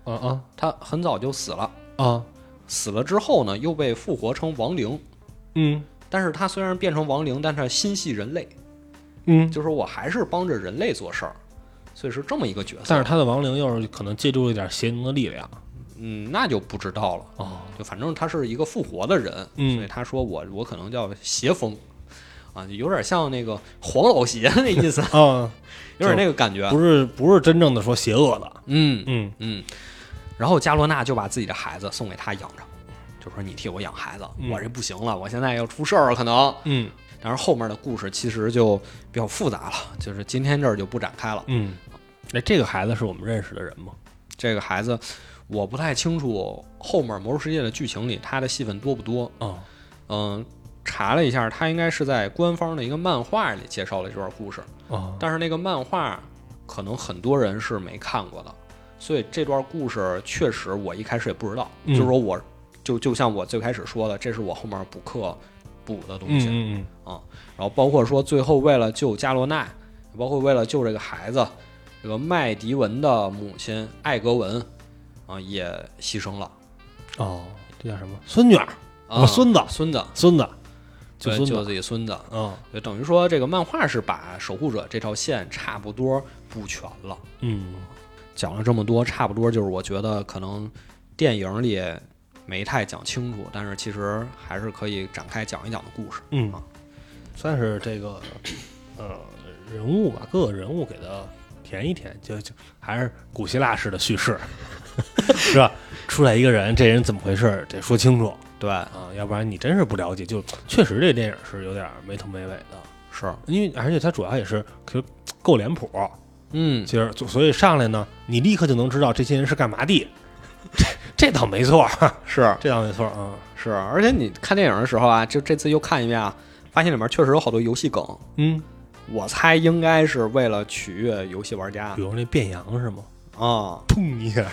B: 啊啊
A: 他很早就死了。
B: 啊，
A: 死了之后呢，又被复活成亡灵。
B: 嗯
A: 但是他虽然变成亡灵，但是他心系人类，
B: 嗯，
A: 就是我还是帮着人类做事儿，所以是这么一个角色。
B: 但是他的亡灵又是可能借助了一点邪灵的力量
A: 嗯，那就不知道了。
B: 哦，
A: 就反正他是一个复活的人，
B: 嗯
A: 所以他说我我可能叫邪风，啊，有点像那个黄老邪那意 思，
B: 啊，
A: 有点那个感觉。
B: 不是不是真正的说邪恶的，
A: 嗯
B: 嗯
A: 嗯。然后加罗纳就把自己的孩子送给他养着，就说你替我养孩子，
B: 嗯
A: 我这不行了，我现在要出事儿了，可能。
B: 嗯
A: 但是后面的故事其实就比较复杂了，就是今天这儿就不展开了。
B: 嗯，那这个孩子是我们认识的人吗？
A: 这个孩子，我不太清楚后面《魔兽世界》的剧情里他的戏份多不多。
B: 哦，
A: 嗯，查了一下，他应该是在官方的一个漫画里介绍了这段故事，
B: 哦，
A: 但是那个漫画可能很多人是没看过的，所以这段故事确实我一开始也不知道。
B: 嗯
A: 就是说我，就就像我最开始说的，这是我后面补课补的东西。
B: 嗯
A: 然后包括说最后为了救加罗奈，包括为了救这个孩子，这个麦迪文的母亲艾格文啊也牺牲了
B: 嗯，哦，这叫什么？孙女儿，
A: 啊，
B: 我哦孙子
A: 孙子
B: 孙子，就
A: 对
B: 孙
A: 救
B: 子，
A: 自己孙子，
B: 嗯
A: 就等于说这个漫画是把守护者这条线差不多补全了。
B: 嗯，
A: 讲了这么多，差不多就是我觉得可能电影里没太讲清楚，但是其实还是可以展开讲一讲的故事。
B: 嗯，算是这个呃人物吧，各个人物给他填一填，就就还是古希腊式的叙 事，是吧？出来一个人，这人怎么回事得说清楚
A: 对，
B: 啊，要不然你真是不了解。就确实这电影是有点没头没尾的，
A: 是，
B: 因为而且它主要也是其实够脸谱，
A: 嗯，
B: 其实就所以上来呢，你立刻就能知道这些人是干嘛的，这这倒没错，
A: 是
B: 这倒没错啊，
A: 是，而且你看电影的时候啊，就这次又看一遍啊，发现里面确实有好多游戏梗，
B: 嗯，
A: 我猜应该是为了取悦游戏玩家啊
B: 比、如那变羊是吗？
A: 嗯
B: 砰一下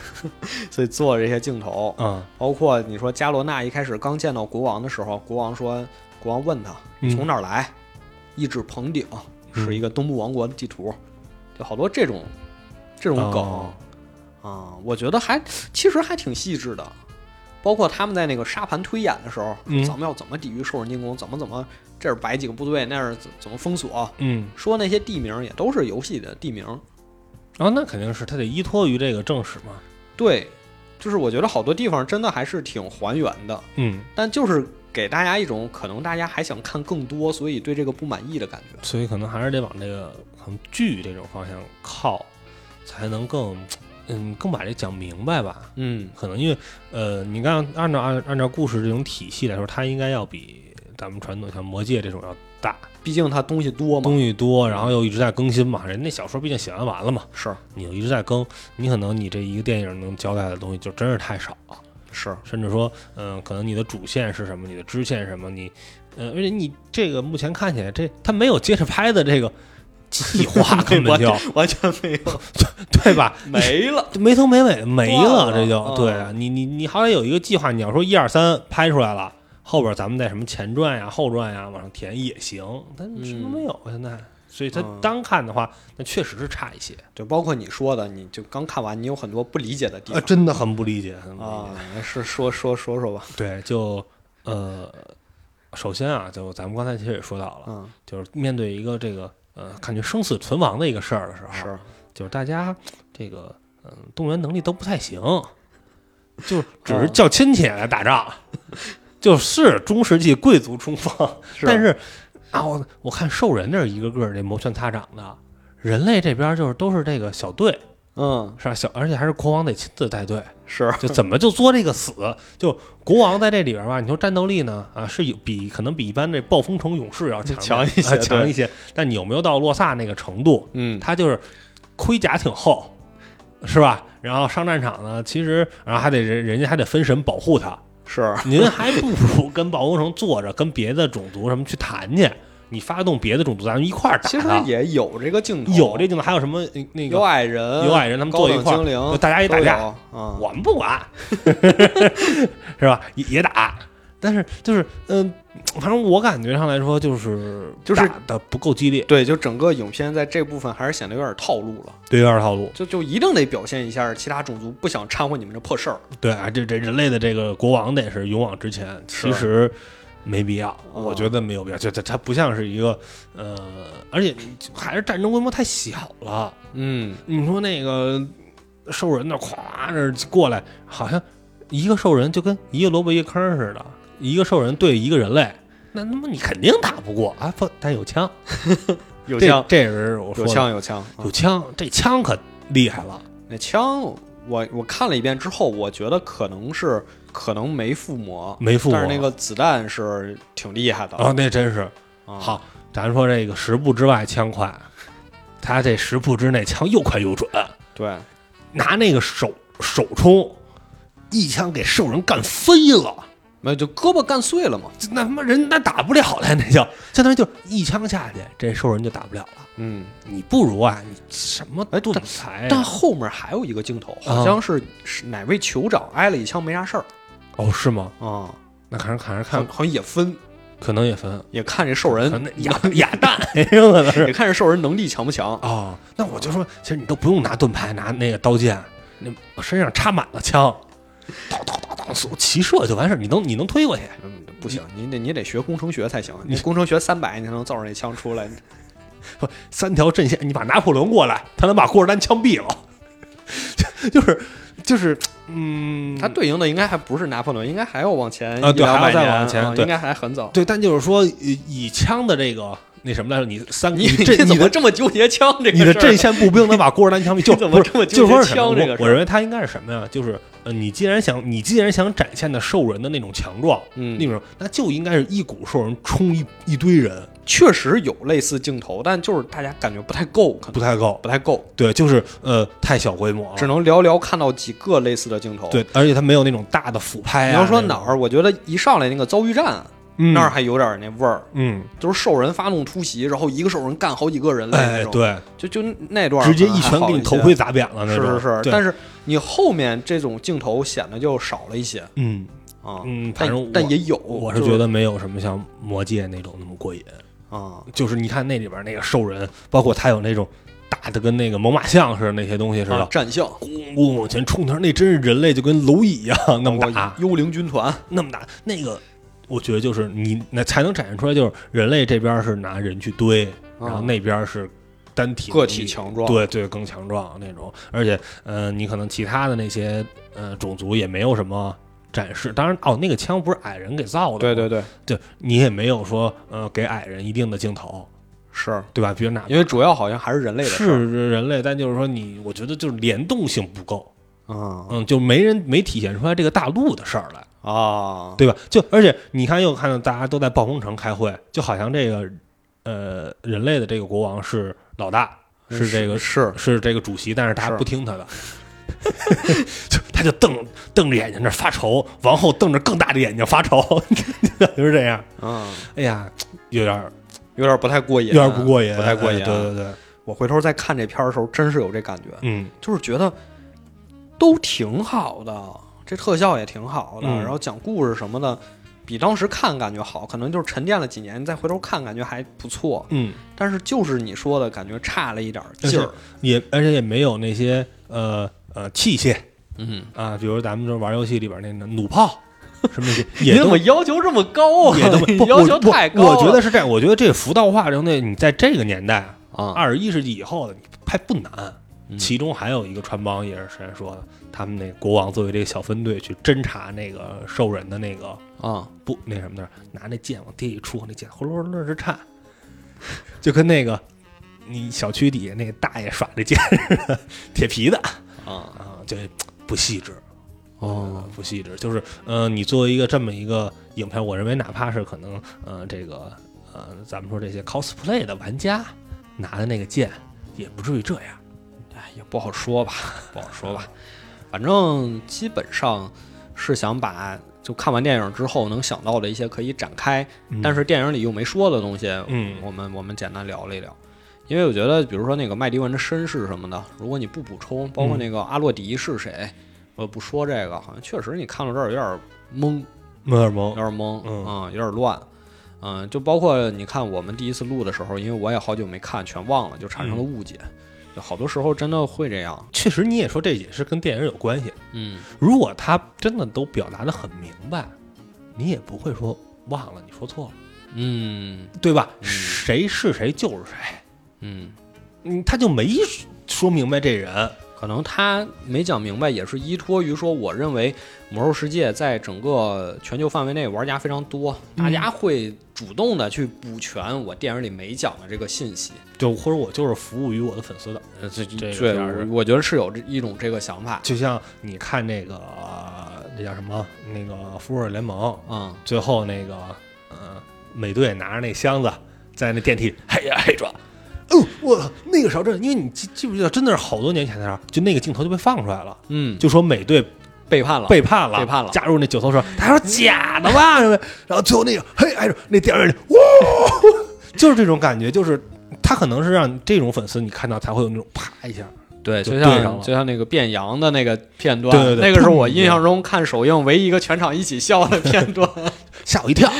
A: 所以做了这些镜头，
B: 啊，
A: 包括你说加罗纳一开始刚见到国王的时候，国王说，国王问他
B: 嗯
A: 从哪儿来，一指棚顶
B: 嗯
A: 是一个东部王国的地图，就好多这种这种梗
B: 哦
A: 啊、我觉得还其实还挺细致的。包括他们在那个沙盘推演的时候，
B: 嗯
A: 咱们要怎么抵御兽人进攻，怎么怎么这儿摆几个部队，那儿怎怎么封锁，
B: 嗯。
A: 说那些地名也都是游戏的地名。
B: 啊，那肯定是他得依托于这个正史嘛。
A: 对，就是我觉得好多地方真的还是挺还原的。
B: 嗯，
A: 但就是给大家一种可能大家还想看更多，所以对这个不满意的感觉。
B: 所以可能还是得往这个可能剧这种方向靠，才能更嗯更把这讲明白吧。
A: 嗯，
B: 可能因为呃，你看按照按按照故事这种体系来说，它应该要比咱们传统像《魔戒》这种要大，
A: 毕竟它东西多嘛。
B: 东西多，然后又一直在更新嘛。人那小说毕竟写完完了嘛，
A: 是
B: 你又一直在更，你可能你这一个电影能交代的东西就真是太少了。
A: 是，
B: 甚至说，嗯、可能你的主线是什么，你的支线是什么，你，呃，而且你这个目前看起来，这他没有接着拍的这个计 划，根本就
A: 完全没有
B: 对 吧？
A: 没 了。
B: 没头没尾，没
A: 断
B: 了，
A: 了
B: 这就
A: 嗯
B: 对啊你你你好歹有一个计划，你要说一二三拍出来了，后边咱们再什么前传呀、后传呀往上填也行，但什么都没有啊现在，所以他
A: 嗯
B: 单看的话，那确实是差一些
A: 对，包括你说的，你就刚看完，你有很多不理解的地方
B: 啊真的很不理解，很不理解。
A: 啊。是说说说说吧。
B: 对，就呃，首先啊，就咱们刚才其实也说到了。
A: 嗯，
B: 就是面对一个这个呃，感觉生死存亡的一个事儿的时候，啊
A: 是
B: 就是大家这个嗯、动员能力都不太行，就
A: 嗯
B: 只是叫亲戚来打仗， 就是中世纪贵族冲锋，
A: 是
B: 但是啊，我我看兽人那儿一个个儿这摩拳擦掌的，人类这边就是都是这个小队
A: 嗯
B: 是吧？小而且还是国王得亲自带队，
A: 是
B: 就怎么就作这个死？就国王在这里边吧，你说战斗力呢啊是有比可能比一般这暴风城勇士要强的
A: 强一些
B: 啊强
A: 对
B: 一些。但你有没有到洛萨那个程度？
A: 嗯
B: 他就是盔甲挺厚，是吧？然后上战场呢，其实然后还得人人家还得分神保护他。
A: 是
B: 您还不如跟暴风城坐着，跟别的种族什么去谈去。你发动别的种族，咱们一块儿打
A: 其实
B: 他。
A: 也有这个镜头，
B: 啊有这镜头，还有什么呃那
A: 有
B: 个
A: 矮人，
B: 有矮人他们
A: 高
B: 坐一
A: 等
B: 块儿
A: 精灵，
B: 就大家一打架
A: 都有啊，
B: 我们不管， 是吧？也也打，但是就是嗯、反正我感觉上来说，就是
A: 就是
B: 打的不够激烈，
A: 对，就整个影片在这部分还是显得有点套路了。
B: 对，有点套路。
A: 就就一定得表现一下其他种族不想掺和你们这破事儿。
B: 对啊，这这人类的这个国王得是勇往直前，其实没必要，
A: 嗯
B: 我觉得没有必要。就它它不像是一个呃，而且还是战争规模太小了。
A: 嗯，
B: 你说那个兽人那咵这过来，好像一个兽人就跟一个萝卜一个坑似的，一个兽人对一个人类，那他妈你肯定打不过啊！不，但有枪，
A: 有
B: 这
A: 枪，
B: 这人我说
A: 有
B: 的，
A: 枪，有枪。嗯
B: 有枪，这枪可厉害了。
A: 那枪，我我看了一遍之后，我觉得可能是可能没附魔，
B: 没附魔
A: 但是那个子弹是挺厉害的。
B: 啊，那真是，
A: 啊
B: 好，咱说这个十步之外枪快，他这十步之内枪又快又准，
A: 对，
B: 拿那个手手冲，一枪给兽人干飞了。
A: 没有就胳膊干碎了嘛。
B: 这那他妈人那打不了了，那就相当于就一枪下去，这兽人就打不了了。
A: 嗯，
B: 你不如啊，你什么
A: 哎啊
B: 盾牌啊、
A: 但后面还有一个镜头，好像是是哪位酋长挨了一枪没啥事儿
B: 哦，是吗？
A: 啊，
B: 那看着看着
A: 好
B: 看，
A: 好嗯像也分，
B: 可能也分。
A: 也看这兽人
B: 可能哑哑弹，有可能是
A: 也看这兽人能力强不强。
B: 哦，那我就说，其实你都不用拿盾牌，拿那个刀剑，那身上插满了枪，当当当当，嗖骑射就完事儿，你能你能推过去。
A: 嗯，不行，你得你得学工程学才行。你嗯工程学三百，你才能造出那枪出来。
B: 不，三条阵线，你把拿破仑过来，他能把古尔丹枪毙了。 就是就是，嗯，
A: 它对应的应该还不是拿破仑，应该还要往前
B: 啊对
A: 100
B: 还要再
A: 年
B: 往前
A: 啊
B: 对
A: 应该还很早。
B: 对，但就是说，以以枪的这个那什么来说，你三
A: 你
B: 这
A: 你怎
B: 你
A: 么
B: 的
A: 这么纠结枪 这个
B: 你的
A: 事儿啊
B: 阵线步兵能把古尔丹枪毙，就
A: 你怎么
B: 不是
A: 这么纠结
B: 就是说是什么
A: 枪这个事儿
B: 我我认为他应该是什么呀？就是呃，你既然想你既然想展现的兽人的那种强壮，
A: 嗯
B: 那种那就应该是一股兽人冲一一堆人，
A: 确实有类似镜头，但就是大家感觉不太够，可能
B: 不太够。
A: 不太够，
B: 对，就是呃，太小规模
A: 只
B: 了。
A: 能寥寥看到几个类似的镜头。
B: 对，而且他没有那种大的俯拍、啊。
A: 你要说
B: 那
A: 哪
B: 种
A: 儿，我觉得一上来那个遭遇战
B: 嗯、
A: 那儿还有点那味儿，
B: 嗯，
A: 就是兽人发动突袭，然后一个兽人干好几个人类
B: 哎
A: 那，种，
B: 对，
A: 就就那段儿
B: 直接
A: 可能
B: 一
A: 还
B: 拳
A: 好
B: 给你
A: 些
B: 头盔砸扁了那
A: 是
B: 种。
A: 是是，
B: 对
A: 但是你后面这种镜头显得就少了一些
B: 嗯
A: 啊。
B: 嗯，反
A: 但
B: 正
A: 但
B: 我
A: 也有，
B: 我
A: 就是
B: 觉得没有什么像魔界那种那么过瘾。
A: 啊，
B: 就是你看那里边那个兽人，包括他有那种打的跟那个猛犸象似的那些东西似
A: 啊
B: 的，
A: 战象，
B: 咣咣往前冲他，那真是人类就跟蝼蚁一样那么
A: 包括
B: 打，
A: 幽灵军团，
B: 那么打那个。我觉得就是你那才能展现出来，就是人类这边是拿人去堆，然后那边是单体
A: 啊个
B: 能
A: 体
B: 力
A: 强壮，
B: 对对，更强壮那种。而且，呃，你可能其他的那些呃种族也没有什么展示。当然，哦，那个枪不是矮人给造的，
A: 对，对对，
B: 对你也没有说呃给矮人一定的镜头，
A: 是
B: 对吧？比如哪
A: 因为主要好像还是人类的事儿
B: 是人类，但就是说你，我觉得就是联动性不够，
A: 啊
B: 嗯，就没人没体现出来这个大陆的事儿来，
A: 啊，
B: 对吧？就而且你看，又看到大家都在暴风城开会，就好像这个呃人类的这个国王是老大，是这个
A: 嗯是
B: 是这个主席，但是大家
A: 是
B: 不听他的， 就他就瞪瞪着眼睛那儿发愁，王后瞪着更大的眼睛发愁， 就是这样。
A: 嗯，
B: 哎呀，有点儿
A: 有点不太过瘾，啊
B: 有点儿不过瘾，
A: 不太过
B: 哎
A: 瘾啊。
B: 对对对，
A: 我回头再看这片儿的时候，真是有这感觉，
B: 嗯
A: 就是觉得都挺好的，这特效也挺好的，
B: 嗯
A: 然后讲故事什么的，比当时看感觉好，可能就是沉淀了几年，你再回头看感觉还不错。
B: 嗯。
A: 但是就是你说的感觉差了一点儿劲儿，
B: 也而且也没有那些呃呃器械
A: 嗯，
B: 啊，比如咱们这玩游戏里边那个弩炮什么那些，
A: 你
B: 也
A: 怎
B: 都
A: 么要求这么高啊？
B: 也都
A: 你
B: 不
A: 要求太高
B: 我我。我觉得是这样，我觉得这浮道化这种东西，你在这个年代
A: 啊，
B: 二十一世纪以后的，你拍不难。
A: 嗯
B: 其中还有一个穿帮，也是谁说的，他们那个国王作为这个小分队去侦查那个兽人的那个
A: 啊，
B: 不那什么那儿，拿那剑往地下一戳，那剑呼噜噜直颤，就跟那个你小区底下那大爷耍那剑似的，铁皮的
A: 啊
B: 啊，就不细致啊
A: 哦，
B: 不细致。就是呃，你作为一个这么一个影片，我认为哪怕是可能呃这个呃咱们说这些 cosplay 的玩家拿的那个剑，也不至于这样。
A: 哎，也不好说吧，不好说吧。反正基本上是想把就看完电影之后能想到的一些可以展开，但是电影里又没说的东西，
B: 嗯
A: 我们我们简单聊了一聊。因为我觉得，比如说那个麦迪文的身世什么的，如果你不补
B: 嗯
A: 充，包括那个阿洛迪是谁，我不说这个，好像确实你看到这儿有点懵，
B: 摩尔
A: 有
B: 蒙，
A: 点懵，
B: 嗯
A: 嗯，有点乱，嗯，就包括你看我们第一次录的时候，因为我也好久没看，全忘了，就产生
B: 嗯
A: 了误解，就好多时候真的会这样，
B: 确实你也说这也是跟电影有关系。
A: 嗯，
B: 如果他真的都表达的很明白，你也不会说忘了，你说错了。
A: 嗯
B: 对吧？
A: 嗯
B: 谁是谁就是谁，
A: 嗯，
B: 嗯，他就没说明白这人，
A: 可能他没讲明白，也是依托于说，我认为《魔兽世界》在整个全球范围内玩家非常多，大家会主动的去补全我电影里没讲的这个信息。
B: 就或者我就是服务于我的粉丝的，呃这这
A: 对，
B: 样是，
A: 我我觉得是有这一种这个想法。
B: 就像你看那个呃那叫什么那个《复仇者联盟》，
A: 嗯
B: 最后那个呃美队拿着那箱子在那电梯，嘿呀嘿抓，哦，我那个时候真的，因为你记记不记得，真的是好多年前的事儿，就那个镜头就被放出来了，
A: 嗯，
B: 就说美队
A: 背叛了，
B: 背叛了，嗯
A: 背叛了
B: 加入那九头蛇，他说假的吧，什么的然后最后那个嘿挨着那电影里，哇， 就是这种感觉，就是他可能是让这种粉丝你看到才会有那种啪一下，
A: 对，
B: 就
A: 就
B: 对上
A: 像
B: 了
A: 就像那个变羊的那个片段，
B: 对对对
A: 那个是
B: 砰
A: 我印象中看首映唯一一个全场一起笑的片段。
B: 吓我一跳，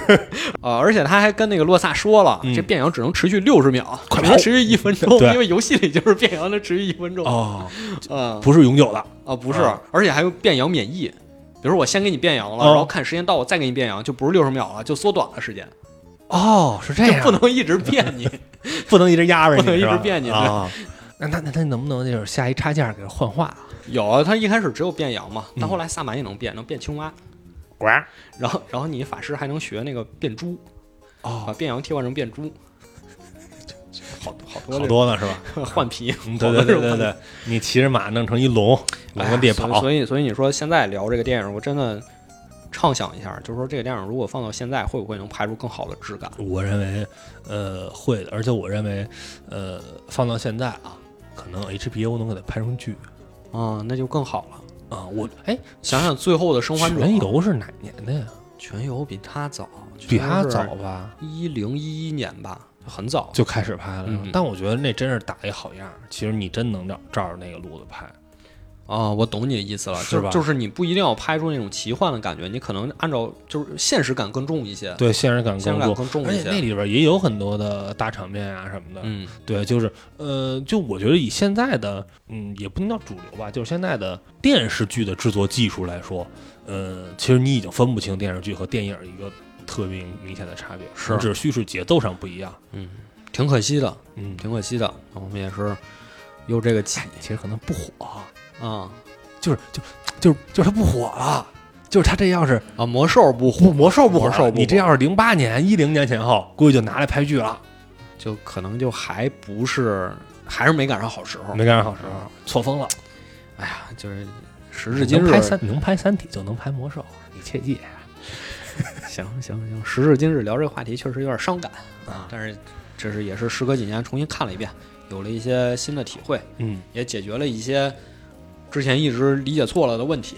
A: 呃，而且他还跟那个洛萨说了，
B: 嗯
A: 这变羊只能持续六十秒，
B: 快
A: 只
B: 跑
A: 能持续一分钟，
B: 对
A: 因为游戏里就是变羊的持续一分钟。
B: 哦，
A: 啊
B: 不是永久的，
A: 啊，不是
B: 啊，
A: 而且还有变羊免疫，比如说我先给你变羊了，
B: 哦
A: 然后看时间到我再给你变羊，就不是六十秒了，就缩短了时间，
B: 哦，是这
A: 就
B: 样，
A: 不能一直变你。
B: 不能一直压着你，
A: 不能一直
B: 是吧
A: 惦记对
B: 啊。那那那他能不能就是下一插件给它幻化？
A: 有啊，他一开始只有变羊嘛，但
B: 嗯
A: 后来萨满也能变，能变青蛙，
B: 呱！
A: 然后然后你法师还能学那个变猪，把
B: 哦，
A: 变羊替换成变猪， 好好多
B: 好
A: 这
B: 多呢是吧？
A: 个换皮，
B: 嗯
A: 好多
B: 对对
A: 这
B: 对
A: 种
B: 对
A: 换皮
B: 对，你骑着马弄成一龙，
A: 哎
B: 龙跟
A: 呀
B: 地
A: 所以
B: 跑，
A: 所以所以你说现在聊这个电影，我真的畅想一下，就是说这个电影如果放到现在，会不会能拍出更好的质感？
B: 我认为，呃，会的，而且我认为，呃，放到现在啊，可能 HBO 能给它拍成剧
A: 嗯，那就更好了。
B: 啊。我哎，
A: 想想最后的生还者，
B: 全游是哪年的呀？
A: 全游比他早，
B: 比它早，吧，
A: 一零一一年吧，很早。
B: 就开始拍了。
A: 嗯
B: 但我觉得那真是打一好样儿，其实你真能照照着那个路子拍。
A: 啊、我懂你的意思了，
B: 是吧
A: 就就是你不一定要拍出那种奇幻的感觉，你可能按照就是现实感更重一些，
B: 对，现实感
A: 现
B: 更
A: 实感，
B: 重
A: 更重
B: 而
A: 一
B: 且那
A: 些。
B: 里边也有很多的大场面啊什么的。
A: 嗯
B: 对，就是呃，就我觉得以现在的嗯，也不能叫主流吧，就是现在的电视剧的制作技术来说，呃，其实你已经分不清电视剧和电影一个特别明显的差别，
A: 是
B: 只是叙事节奏上不一样。
A: 嗯，挺可惜的，
B: 嗯，
A: 挺可惜的。啊我们也是有这个机
B: 哎其实可能不火，
A: 啊、
B: 就是就就是就是它不火了。就是它这要是
A: 啊，魔兽不
B: 不魔兽不火
A: 魔
B: 了，
A: 兽不
B: 你这
A: 火
B: 要是零八年、一零年前后，估计就拿来拍剧了，
A: 就可能就还不是，还是没赶上好时候。
B: 没干上好时候，错峰了。
A: 哎呀，就是时至今日
B: 能，拍三能拍三体就能拍魔兽，你切记
A: 行行行，时至今日聊这个话题确实有点伤感，
B: 啊。
A: 但是这是也是时隔几年重新看了一遍，有了一些新的体会，
B: 嗯，
A: 也解决了一些之前一直理解错了的问题。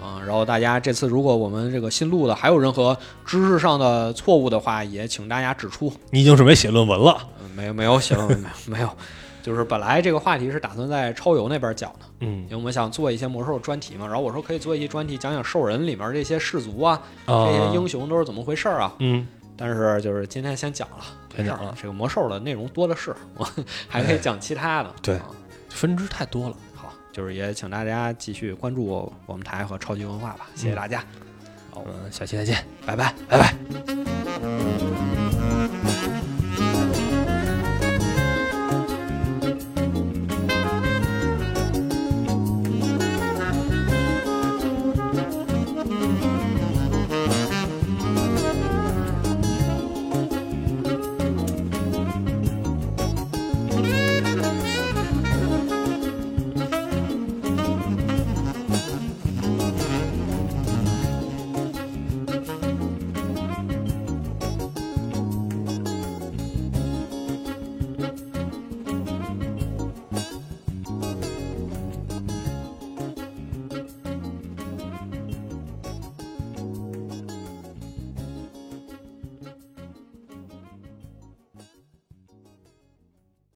A: 啊、然后大家这次如果我们这个新录的还有任何知识上的错误的话，也请大家指出。
B: 你已经准备写论文了。
A: 嗯没有没有，行，没有 没有，就是本来这个话题是打算在超游那边讲的。
B: 嗯
A: 因为我们想做一些魔兽专题嘛，然后我说可以做一些专题，讲讲兽人里面这些氏族啊，
B: 啊，
A: 这些英雄都是怎么回事儿啊。
B: 嗯，
A: 但是就是今天先讲了，
B: 先讲了
A: 没事儿这个魔兽的内容多的是， 我还可以讲其他的。
B: 对
A: 啊
B: 分支太多了。
A: 好，就是也请大家继续关注我们
B: 嗯
A: 台和超级文化吧，谢谢大家，
B: 我们下期再见。
A: 拜拜，拜拜。